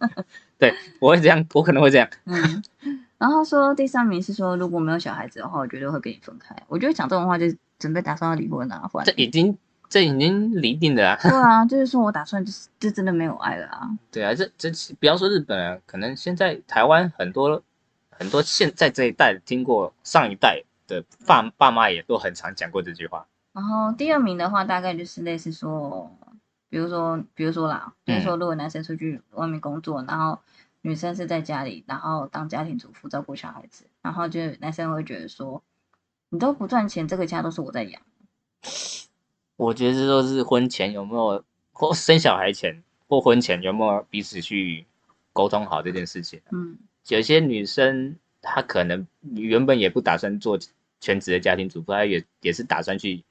S2: 对，我会这样，我可能会这样。
S1: 嗯。 然后说第三名是说如果没有小孩子的话，我绝对会跟你分开。我觉得讲这种话就是准备打算要离婚啊，或
S2: 这
S1: 者
S2: 已经这已经离定了、啊。
S1: 对啊，就是说我打算就是就真的没有爱了啊。
S2: 对啊，这这其不要说日本人，可能现在台湾很多很多现在这一代听过上一代的爸爸妈也都很常讲过这句话。
S1: 然后第二名的话，大概就是类似说，比如说，比如说啦，比如说，如果男生出去外面工作，然后女生是在家里，然后当家庭主妇照顾小孩子，然后就男生会觉得说，你都不赚钱，这个家都是我在养。
S2: 我觉得这都是婚前有没有或生小孩前或婚前有没有彼此去沟通好这件事情。
S1: 嗯，
S2: 有些女生她可能原本也不打算做全职的家庭主妇，她也也是打算去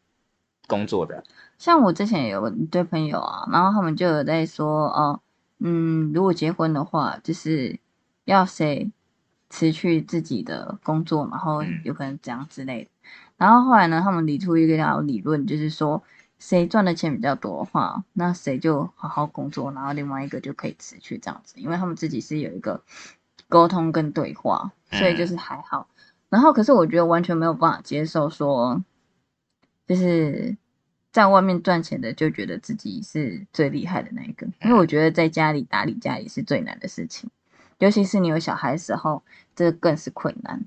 S2: 工作的。
S1: 像我之前也有一对朋友啊，然后他们就有在说，哦，嗯，如果结婚的话，就是要谁辞去自己的工作，然后
S2: 嗯
S1: 有可能怎样之类的。然后后来呢，他们理出一个条理论，就是说谁赚的钱比较多的话，那谁就好好工作，然后另外一个就可以辞去这样子，因为他们自己是有一个沟通跟对话，所以就是还好。然后可是我觉得完全没有办法接受说，就是在外面赚钱的就觉得自己是最厉害的那一个，因为我觉得在家里打理家里是最难的事情，尤其是你有小孩的时候，这更是困难。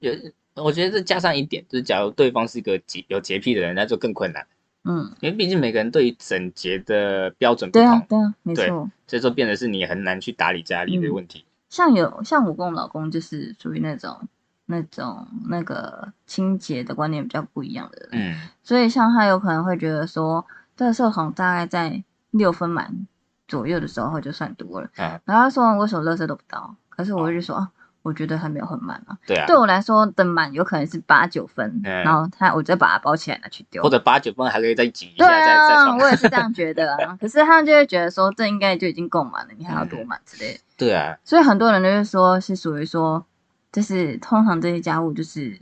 S2: 有，我觉得这加上一点，就是假如对方是一个洁有洁癖的人，那就更困难，
S1: 嗯，
S2: 因为毕竟每个人对于整洁的标准不
S1: 对啊
S2: 同，，
S1: 对啊，没
S2: 对
S1: 错。
S2: 所以说变得是你很难去打理家里
S1: 嗯
S2: 的问题。
S1: 像有像我跟我老公就是属于那种那种那个清洁的观念比较不一样的人，
S2: 嗯，
S1: 所以像他有可能会觉得说，垃圾桶大概在六分满左右的时候就算多了。
S2: 啊，
S1: 然后他说为什么垃圾都不到？可是
S2: 哦
S1: 我就说啊，我觉得还没有很满啊。
S2: 对啊
S1: 对，我来说的满有可能是八九分，
S2: 嗯
S1: 然后他我再把它包起来拿去丢
S2: 或。者八九分还可以再挤一
S1: 对
S2: 下，再再
S1: 啊，
S2: 上。
S1: 我也是这样觉得啊。可是他们就会觉得说，这应该就已经够满了，你还
S2: 嗯
S1: 要多满之类的。
S2: 对啊，
S1: 所以很多人都是说，是属于说，就是通常这些家务就是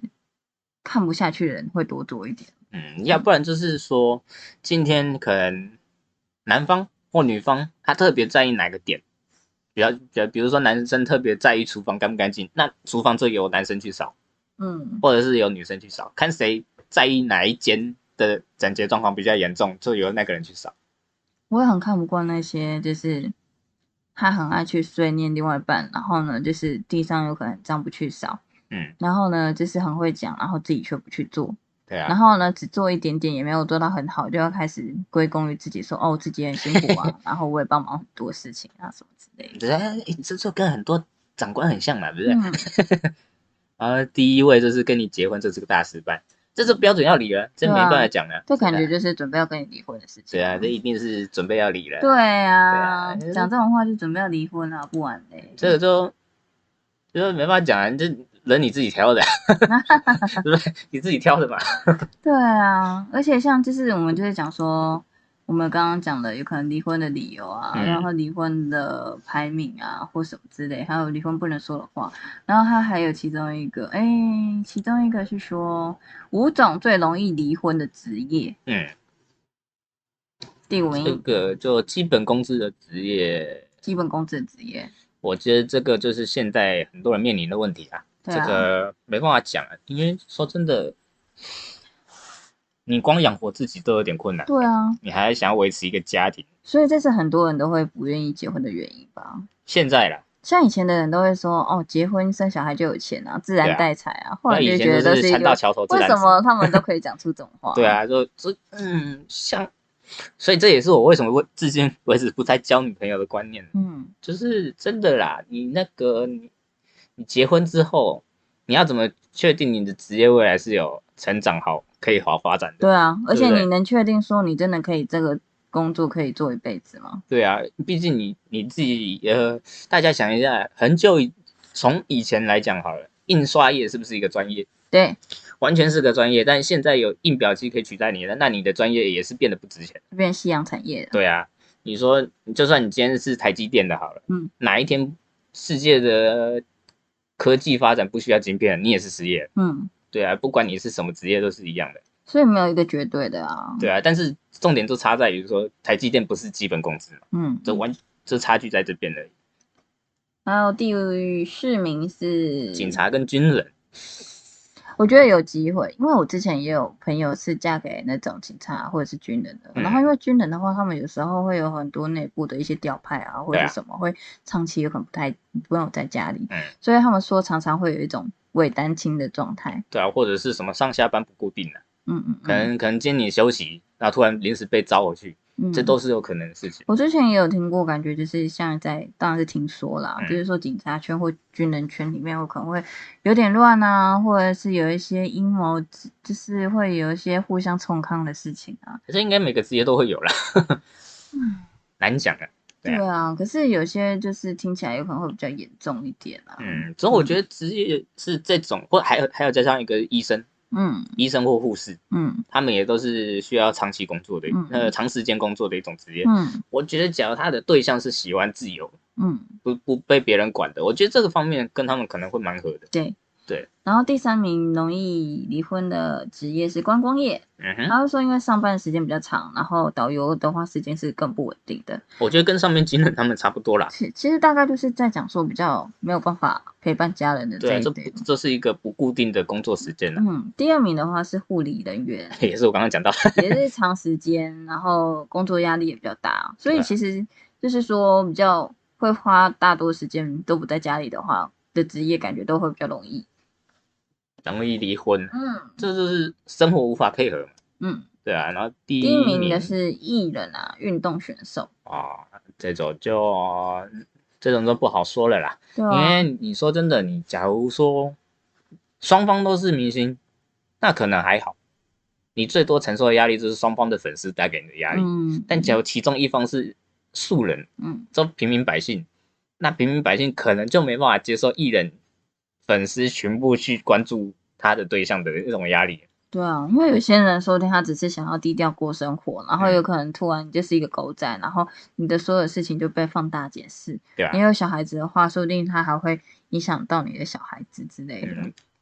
S1: 看不下去的人会多做一点。
S2: 嗯，要不然就是说，今天可能男方或女方他特别在意哪个点，比较比较，比如说男生特别在意厨房干不干净，那厨房就由男生去扫，
S1: 嗯，
S2: 或者是由女生去扫，看谁在意哪一间的整洁状况比较严重，就由那个人去扫。
S1: 我也很看不惯那些，就是他很爱去碎念另外一半，然后呢，就是地上有可能这样不去扫，
S2: 嗯，
S1: 然后呢，就是很会讲，然后自己却不去做，
S2: 对
S1: 然
S2: 啊，
S1: 后呢，只做一点点也没有做到很好，就要开始归功于自己说，哦，我自己很辛苦啊， 然后我也帮忙很多事情啊，什么之类的。
S2: 对啊，诶这就跟很多长官很像嘛，对不对？啊
S1: 嗯，
S2: 然后第一位就是跟你结婚，这是个大失败，这是标准要离了，
S1: 啊
S2: 这没办法讲了。啊
S1: 这感觉就是准备要跟你离婚的事情。
S2: 对啊，这一定是准备要离了。
S1: 嗯对啊，
S2: 对啊
S1: 讲这种话就准备要离婚了，不然嘞。
S2: 这个就就是没办法讲啊，这人你自己 挑的，对不对？你自己挑的嘛。
S1: 对啊，而且像就是我们就是讲说，我们刚刚讲的有可能离婚的理由啊，
S2: 嗯
S1: 然后离婚的排名啊，或什么之类，还有离婚不能说的话。然后他还有其中一个，哎，其中一个是说五种最容易离婚的职业，
S2: 嗯，
S1: 第五
S2: 这
S1: 名
S2: 个就基本工资的职业，
S1: 基本工资的职业。
S2: 我觉得这个就是现在很多人面临的问题啊。
S1: 对
S2: 这
S1: 啊，
S2: 个没办法讲啊，因为说真的，你光养活自己都有点困难，
S1: 对啊，
S2: 你还想要维持一个家庭。
S1: 所以这是很多人都会不愿意结婚的原因吧。
S2: 现在啦，
S1: 像以前的人都会说，哦，结婚生小孩就有钱啊，自
S2: 对
S1: 然
S2: 啊
S1: 带财啊。后
S2: 那
S1: 来就
S2: 以
S1: 觉得
S2: 前
S1: 都
S2: 就是是
S1: 一
S2: 船
S1: 个
S2: 到桥头自
S1: 为
S2: 然
S1: 什
S2: 直。
S1: 么他们都可以讲出这种话？
S2: 对，啊，就这嗯，像，所以这也是我为什么为至今为止不太交女朋友的观念，
S1: 嗯，
S2: 就是真的啦，你那个你你结婚之后，你要怎么确定你的职业未来是有成长好可以好发展的？
S1: 对啊，而且
S2: 对
S1: 你能确定说你真的可以这个工作可以做一辈子吗？
S2: 对啊，毕竟你你自己呃，大家想一下，很久以从以前来讲好了，印刷业是不是一个专业？
S1: 对，
S2: 完全是个专业，但现在有印表机可以取代你了，那你的专业也是变得不值钱。
S1: 就变夕阳产业了。
S2: 对啊，你说，就算你今天是台积电的好了，
S1: 嗯，
S2: 哪一天世界的科技发展不需要晶片了，你也是失业了。
S1: 嗯，
S2: 对啊，不管你是什么职业都是一样的。
S1: 所以没有一个绝对的啊。，
S2: 对啊，但是重点就差在于说，台积电不是基本工资嘛，
S1: 嗯，
S2: 这完这差距在这边而已。
S1: 还有第四名是
S2: 警，察跟军人，
S1: 我觉得有机会，因为我之前也有朋友是嫁给那种警察或者是军人的，
S2: 嗯
S1: 然后因为军人的话，他们有时候会有很多内部的一些调派啊，或者
S2: 对啊
S1: 是什么，会长期有可能不太不用在家里，
S2: 嗯
S1: 所以他们说常常会有一种伪单亲的状态。
S2: 对啊，或者是什么上下班不固定的、
S1: 嗯嗯，
S2: 可能可能今天你休息，然后突然临时被招回去，
S1: 嗯，
S2: 这
S1: 嗯
S2: 都是有可能的事情。
S1: 我之前也有听过，感觉就是像在，当然是听说啦，
S2: 嗯
S1: 就是说警察圈或军人圈里面，我可能会有点乱啊，或者是有一些阴谋，就是会有一些互相冲康的事情啊。
S2: 可是应该每个职业都会有啦，
S1: 嗯
S2: 难讲啊。对啊
S1: 啊，可是有些就是听起来有可能会比较严重一点啊。
S2: 嗯嗯，所以我觉得职业是这种，或还有还有加上一个医生，
S1: 嗯
S2: 医生或护士，
S1: 嗯
S2: 他们也都是需要长期工作的，
S1: 嗯
S2: 呃，长时间工作的一种职业。
S1: 嗯
S2: 我觉得，假如他的对象是喜欢自由，
S1: 嗯，
S2: 不不被别人管的，我觉得这个方面跟他们可能会蛮合的。
S1: 对
S2: 对。
S1: 然后第三名容易离婚的职业是观光业，
S2: 嗯哼，
S1: 他是说因为上班时间比较长，然后导游的话时间是更不稳定的。
S2: 我觉得跟上面几人他们差不 多啦。
S1: 其其实大概就是在讲说比较没有办法陪伴家人的
S2: 对
S1: 这
S2: 啊，
S1: 一
S2: 这
S1: 点。
S2: 不这是一个不固定的工作时间啦，
S1: 嗯，第二名的话是护理人员，
S2: 也是我刚刚讲到，
S1: 也是长时间，然后工作压力也比较大，所
S2: 对
S1: 以
S2: 啊
S1: 其实就是说比较会花大多时间都不在家里的话的职业，感觉都会比较容易。
S2: 容易离婚，
S1: 嗯
S2: 这就是生活无法配合嘛。
S1: 嗯，
S2: 对啊，然后第
S1: 第一
S2: 一
S1: 名
S2: 名
S1: 的是艺人啊，运动选手，
S2: 啊、这种就这种就不好说了啦，
S1: 对
S2: 因
S1: 啊，
S2: 为你说真的，你假如说双方都是明星，那可能还好，你最多承受的压力就是双方的粉丝带给你的压力。
S1: 嗯，
S2: 但假如其中一方是素人，
S1: 嗯
S2: 这平民百姓，那平民百姓可能就没办法接受艺人粉丝全部去关注他的对象的那种压力。
S1: 对啊，因为有些人说不定他只是想要低调过生活，然后
S2: 嗯
S1: 有可能突然就是一个狗仔，然后你的所有事情就被放大解释。
S2: 对啊
S1: 你有小孩子的话，说不定他还会影响到你的小孩子之类的。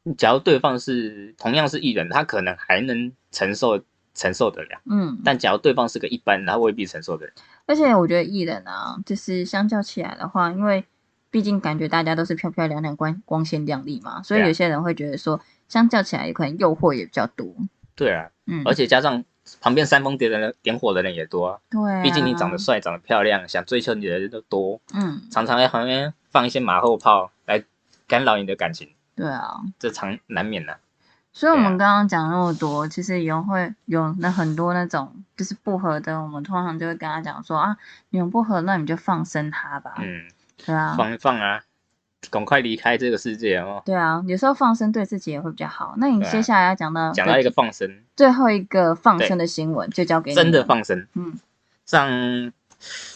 S2: 嗯，假如对方是同样是艺人，他可能还能承受承受得了，
S1: 嗯，
S2: 但假如对方是个一般人，他未必承受得了。
S1: 而且我觉得艺人啊，就是相较起来的话，因为毕竟感觉大家都是漂漂亮亮、光光鲜亮丽嘛，所以
S2: 对啊
S1: 有些人会觉得说，相较起来，可能诱惑也比较多。
S2: 对啊，
S1: 嗯，
S2: 而且加上旁边煽风点的人点火的人也多、啊，
S1: 对、啊，
S2: 毕竟你长得，帅、长得漂亮，想追求你的人都多，
S1: 嗯，
S2: 常常在旁边放一些马后炮来干扰你的感情，
S1: 对啊，
S2: 这常难免的、
S1: 所以我
S2: 对啊
S1: 们刚刚讲那么多，其实也会有那很多那种就是不合的，我们通常就会跟他讲说啊，你们不合，那你就放生他吧，
S2: 嗯，
S1: 对啊，
S2: 放一放啊，赶快离开这个世界哦。
S1: 对啊，有时候放生对自己也会比较好。那你
S2: 对啊
S1: 接下来要讲到
S2: 讲到一个放生，
S1: 最后一个放
S2: 对
S1: 生的新闻，就交给你
S2: 真的
S1: 了
S2: 放生，
S1: 嗯，
S2: 上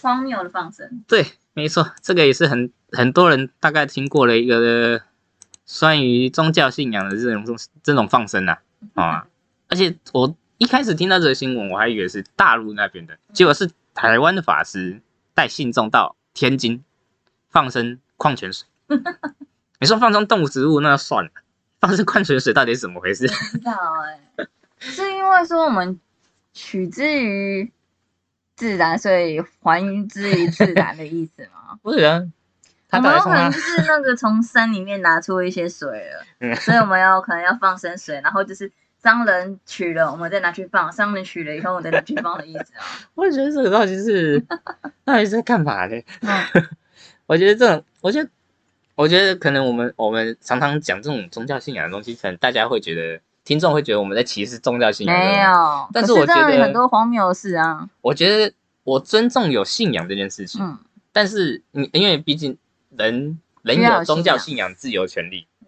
S1: 荒谬的放生，
S2: 对，没错，这个也是很很多人大概听过了一个关于宗教信仰的这种这种放生啊啊！而且我一开始听到这个新闻，我还以为是大陆那边的，结果是台湾的法师带信众到天津放生矿泉 水。你说放生动物植物那就算了，放生矿泉水到底是怎么回 事？
S1: 不知道哎、是因为说我们取之于自然，所以还之于自然的意思吗？
S2: 不是啊， 他
S1: 我
S2: 到
S1: 们
S2: 底
S1: 有可
S2: 是
S1: 能
S2: 他
S1: 就是那个从山里面拿出一些水
S2: 嗯
S1: 了，所以我们要可能要放生水，然后就是商人取了，我们再拿去放，商人取了以后，我们再拿去放的意思啊。
S2: 我觉得这个到底 是到底是在干嘛呢？
S1: 嗯
S2: 我觉得这种，我觉得，我觉得可能我们我们常常讲这种宗教信仰的东西，可能大家会觉得听众会觉得我们在歧视宗教信仰。
S1: 没，有，
S2: 但
S1: 可
S2: 是
S1: 是
S2: 我觉得
S1: 这样很多荒谬的事啊。
S2: 我觉得我尊重有信仰这件事情，
S1: 嗯
S2: 但是你因为毕竟人人
S1: 需要有
S2: 有宗教
S1: 信
S2: 信仰自由权利
S1: 嗯，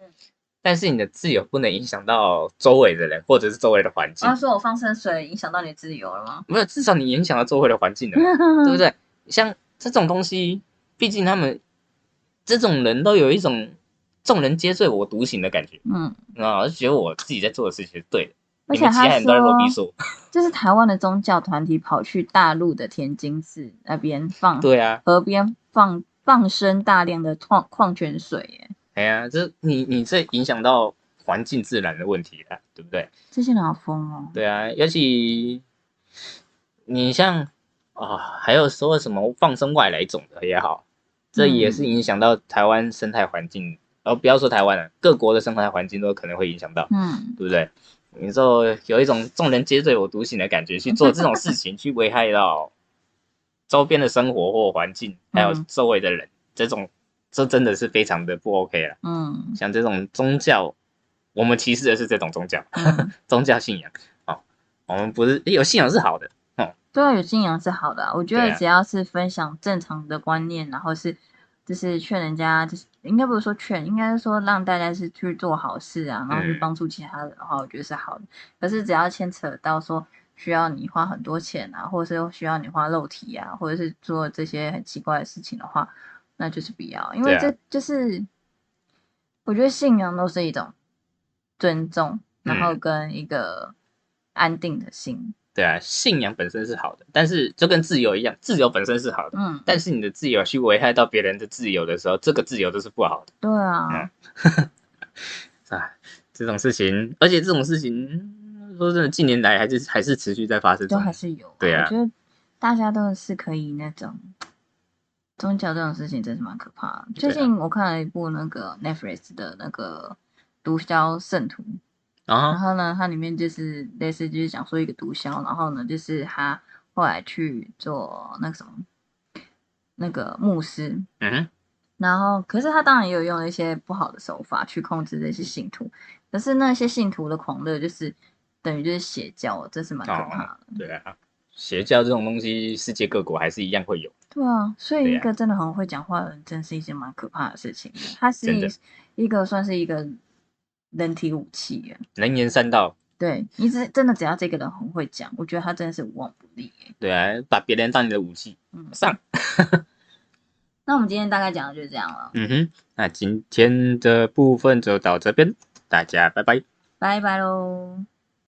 S2: 但是你的自由不能影响到周围的人或者是周围的环境
S1: 他，说我放生水影响到你自由了吗？
S2: 没有至少你影响到周围的环境了嘛。
S1: 嗯
S2: 对不对？像这种东西，毕竟他们这种人都有一种众人皆醉我独醒的感觉，
S1: 嗯，
S2: 啊，我就觉得我自己在做的事情是对的，
S1: 而
S2: 你
S1: 且
S2: 们其他
S1: 他
S2: 人都在
S1: 说
S2: 落地说，
S1: 就是台湾的宗教团体跑去大陆的天津市那边放
S2: 对啊，
S1: 河边放放生大量的矿矿泉水耶，
S2: 哎呀，这你你这影响到环境自然的问题了，对不对？
S1: 这些人好疯哦。
S2: 对啊，尤其你像啊、还有说什么放生外来种的也好，这也是影响到台湾生态环境，哦，不要说台湾了，各国的生态环境都可能会影响到。
S1: 嗯，
S2: 对不对？你就有一种众人皆醉我独醒的感觉，去做这种事情，去危害到周边的生活或环境，还有
S1: 嗯
S2: 周围的人，这种这真的是非常的不 OK 了。
S1: 嗯
S2: 像这种宗教，我们歧视的是这种宗教，
S1: 嗯，
S2: 宗教信仰。哦，我们不是诶有信仰是好的，
S1: 对啊，有信仰是好的啊、我觉
S2: 对
S1: 得
S2: 啊
S1: 只要是分享正常的观念，然后是就是劝人家，就是应该不是说劝，应该是说让大家是去做好事啊，然后去
S2: 嗯
S1: 帮助其他人的话，我觉得是好的。可是只要牵扯到说需要你花很多钱啊，或者是需要你花肉体啊，或者是做这些很奇怪的事情的话，那就是不要，因为
S2: 对啊
S1: 这就是我觉得信仰都是一种尊重，然
S2: 嗯
S1: 后跟一个安定的心。
S2: 对啊，信仰本身是好的，但是就跟自由一样，自由本身是好的，
S1: 嗯，
S2: 但是你的自由去危害到别人的自由的时候，这个自由都是不好的
S1: 对
S2: 嗯
S1: 啊，
S2: 啊。这种事情，而且这种事情，嗯说真的，近年来还是还是持续在发生
S1: 都
S2: 中。
S1: 还是有。
S2: 对啊
S1: 我觉得大家都是可以那种宗教这种事情真是蛮可怕的。
S2: 对啊
S1: 最近我看了一部那个 Netflix 的那个《毒枭圣徒》，
S2: 嗯然
S1: 然
S2: 后，
S1: 后呢，它里面就是类似就是讲说一个毒枭，然后呢，就是他后来去做那个什么，那个牧师，
S2: 嗯
S1: 然后可是他当然也有用一些不好的手法去控制这些信徒，可是那些信徒的狂热就是等于就是邪教，真是蛮可怕的。
S2: 哼，对啊，邪教这种东西，世界各国还是一样会有。
S1: 对啊，所以
S2: 对
S1: 一
S2: 啊
S1: 个真的很会讲话的人，真是一件蛮可怕的事情。他是
S2: 真
S1: 一
S2: 的
S1: 一个算是一个人体武器耶。
S2: 能言善道，
S1: 对你只真的只要这个人很会讲，我觉得他真的是无往不利耶。
S2: 对啊，把别人当你的武器
S1: 嗯，
S2: 上。
S1: 那我们今天大概讲的就是这样了，
S2: 嗯哼，那今天的部分就到这边，大家拜拜。
S1: 拜拜喽。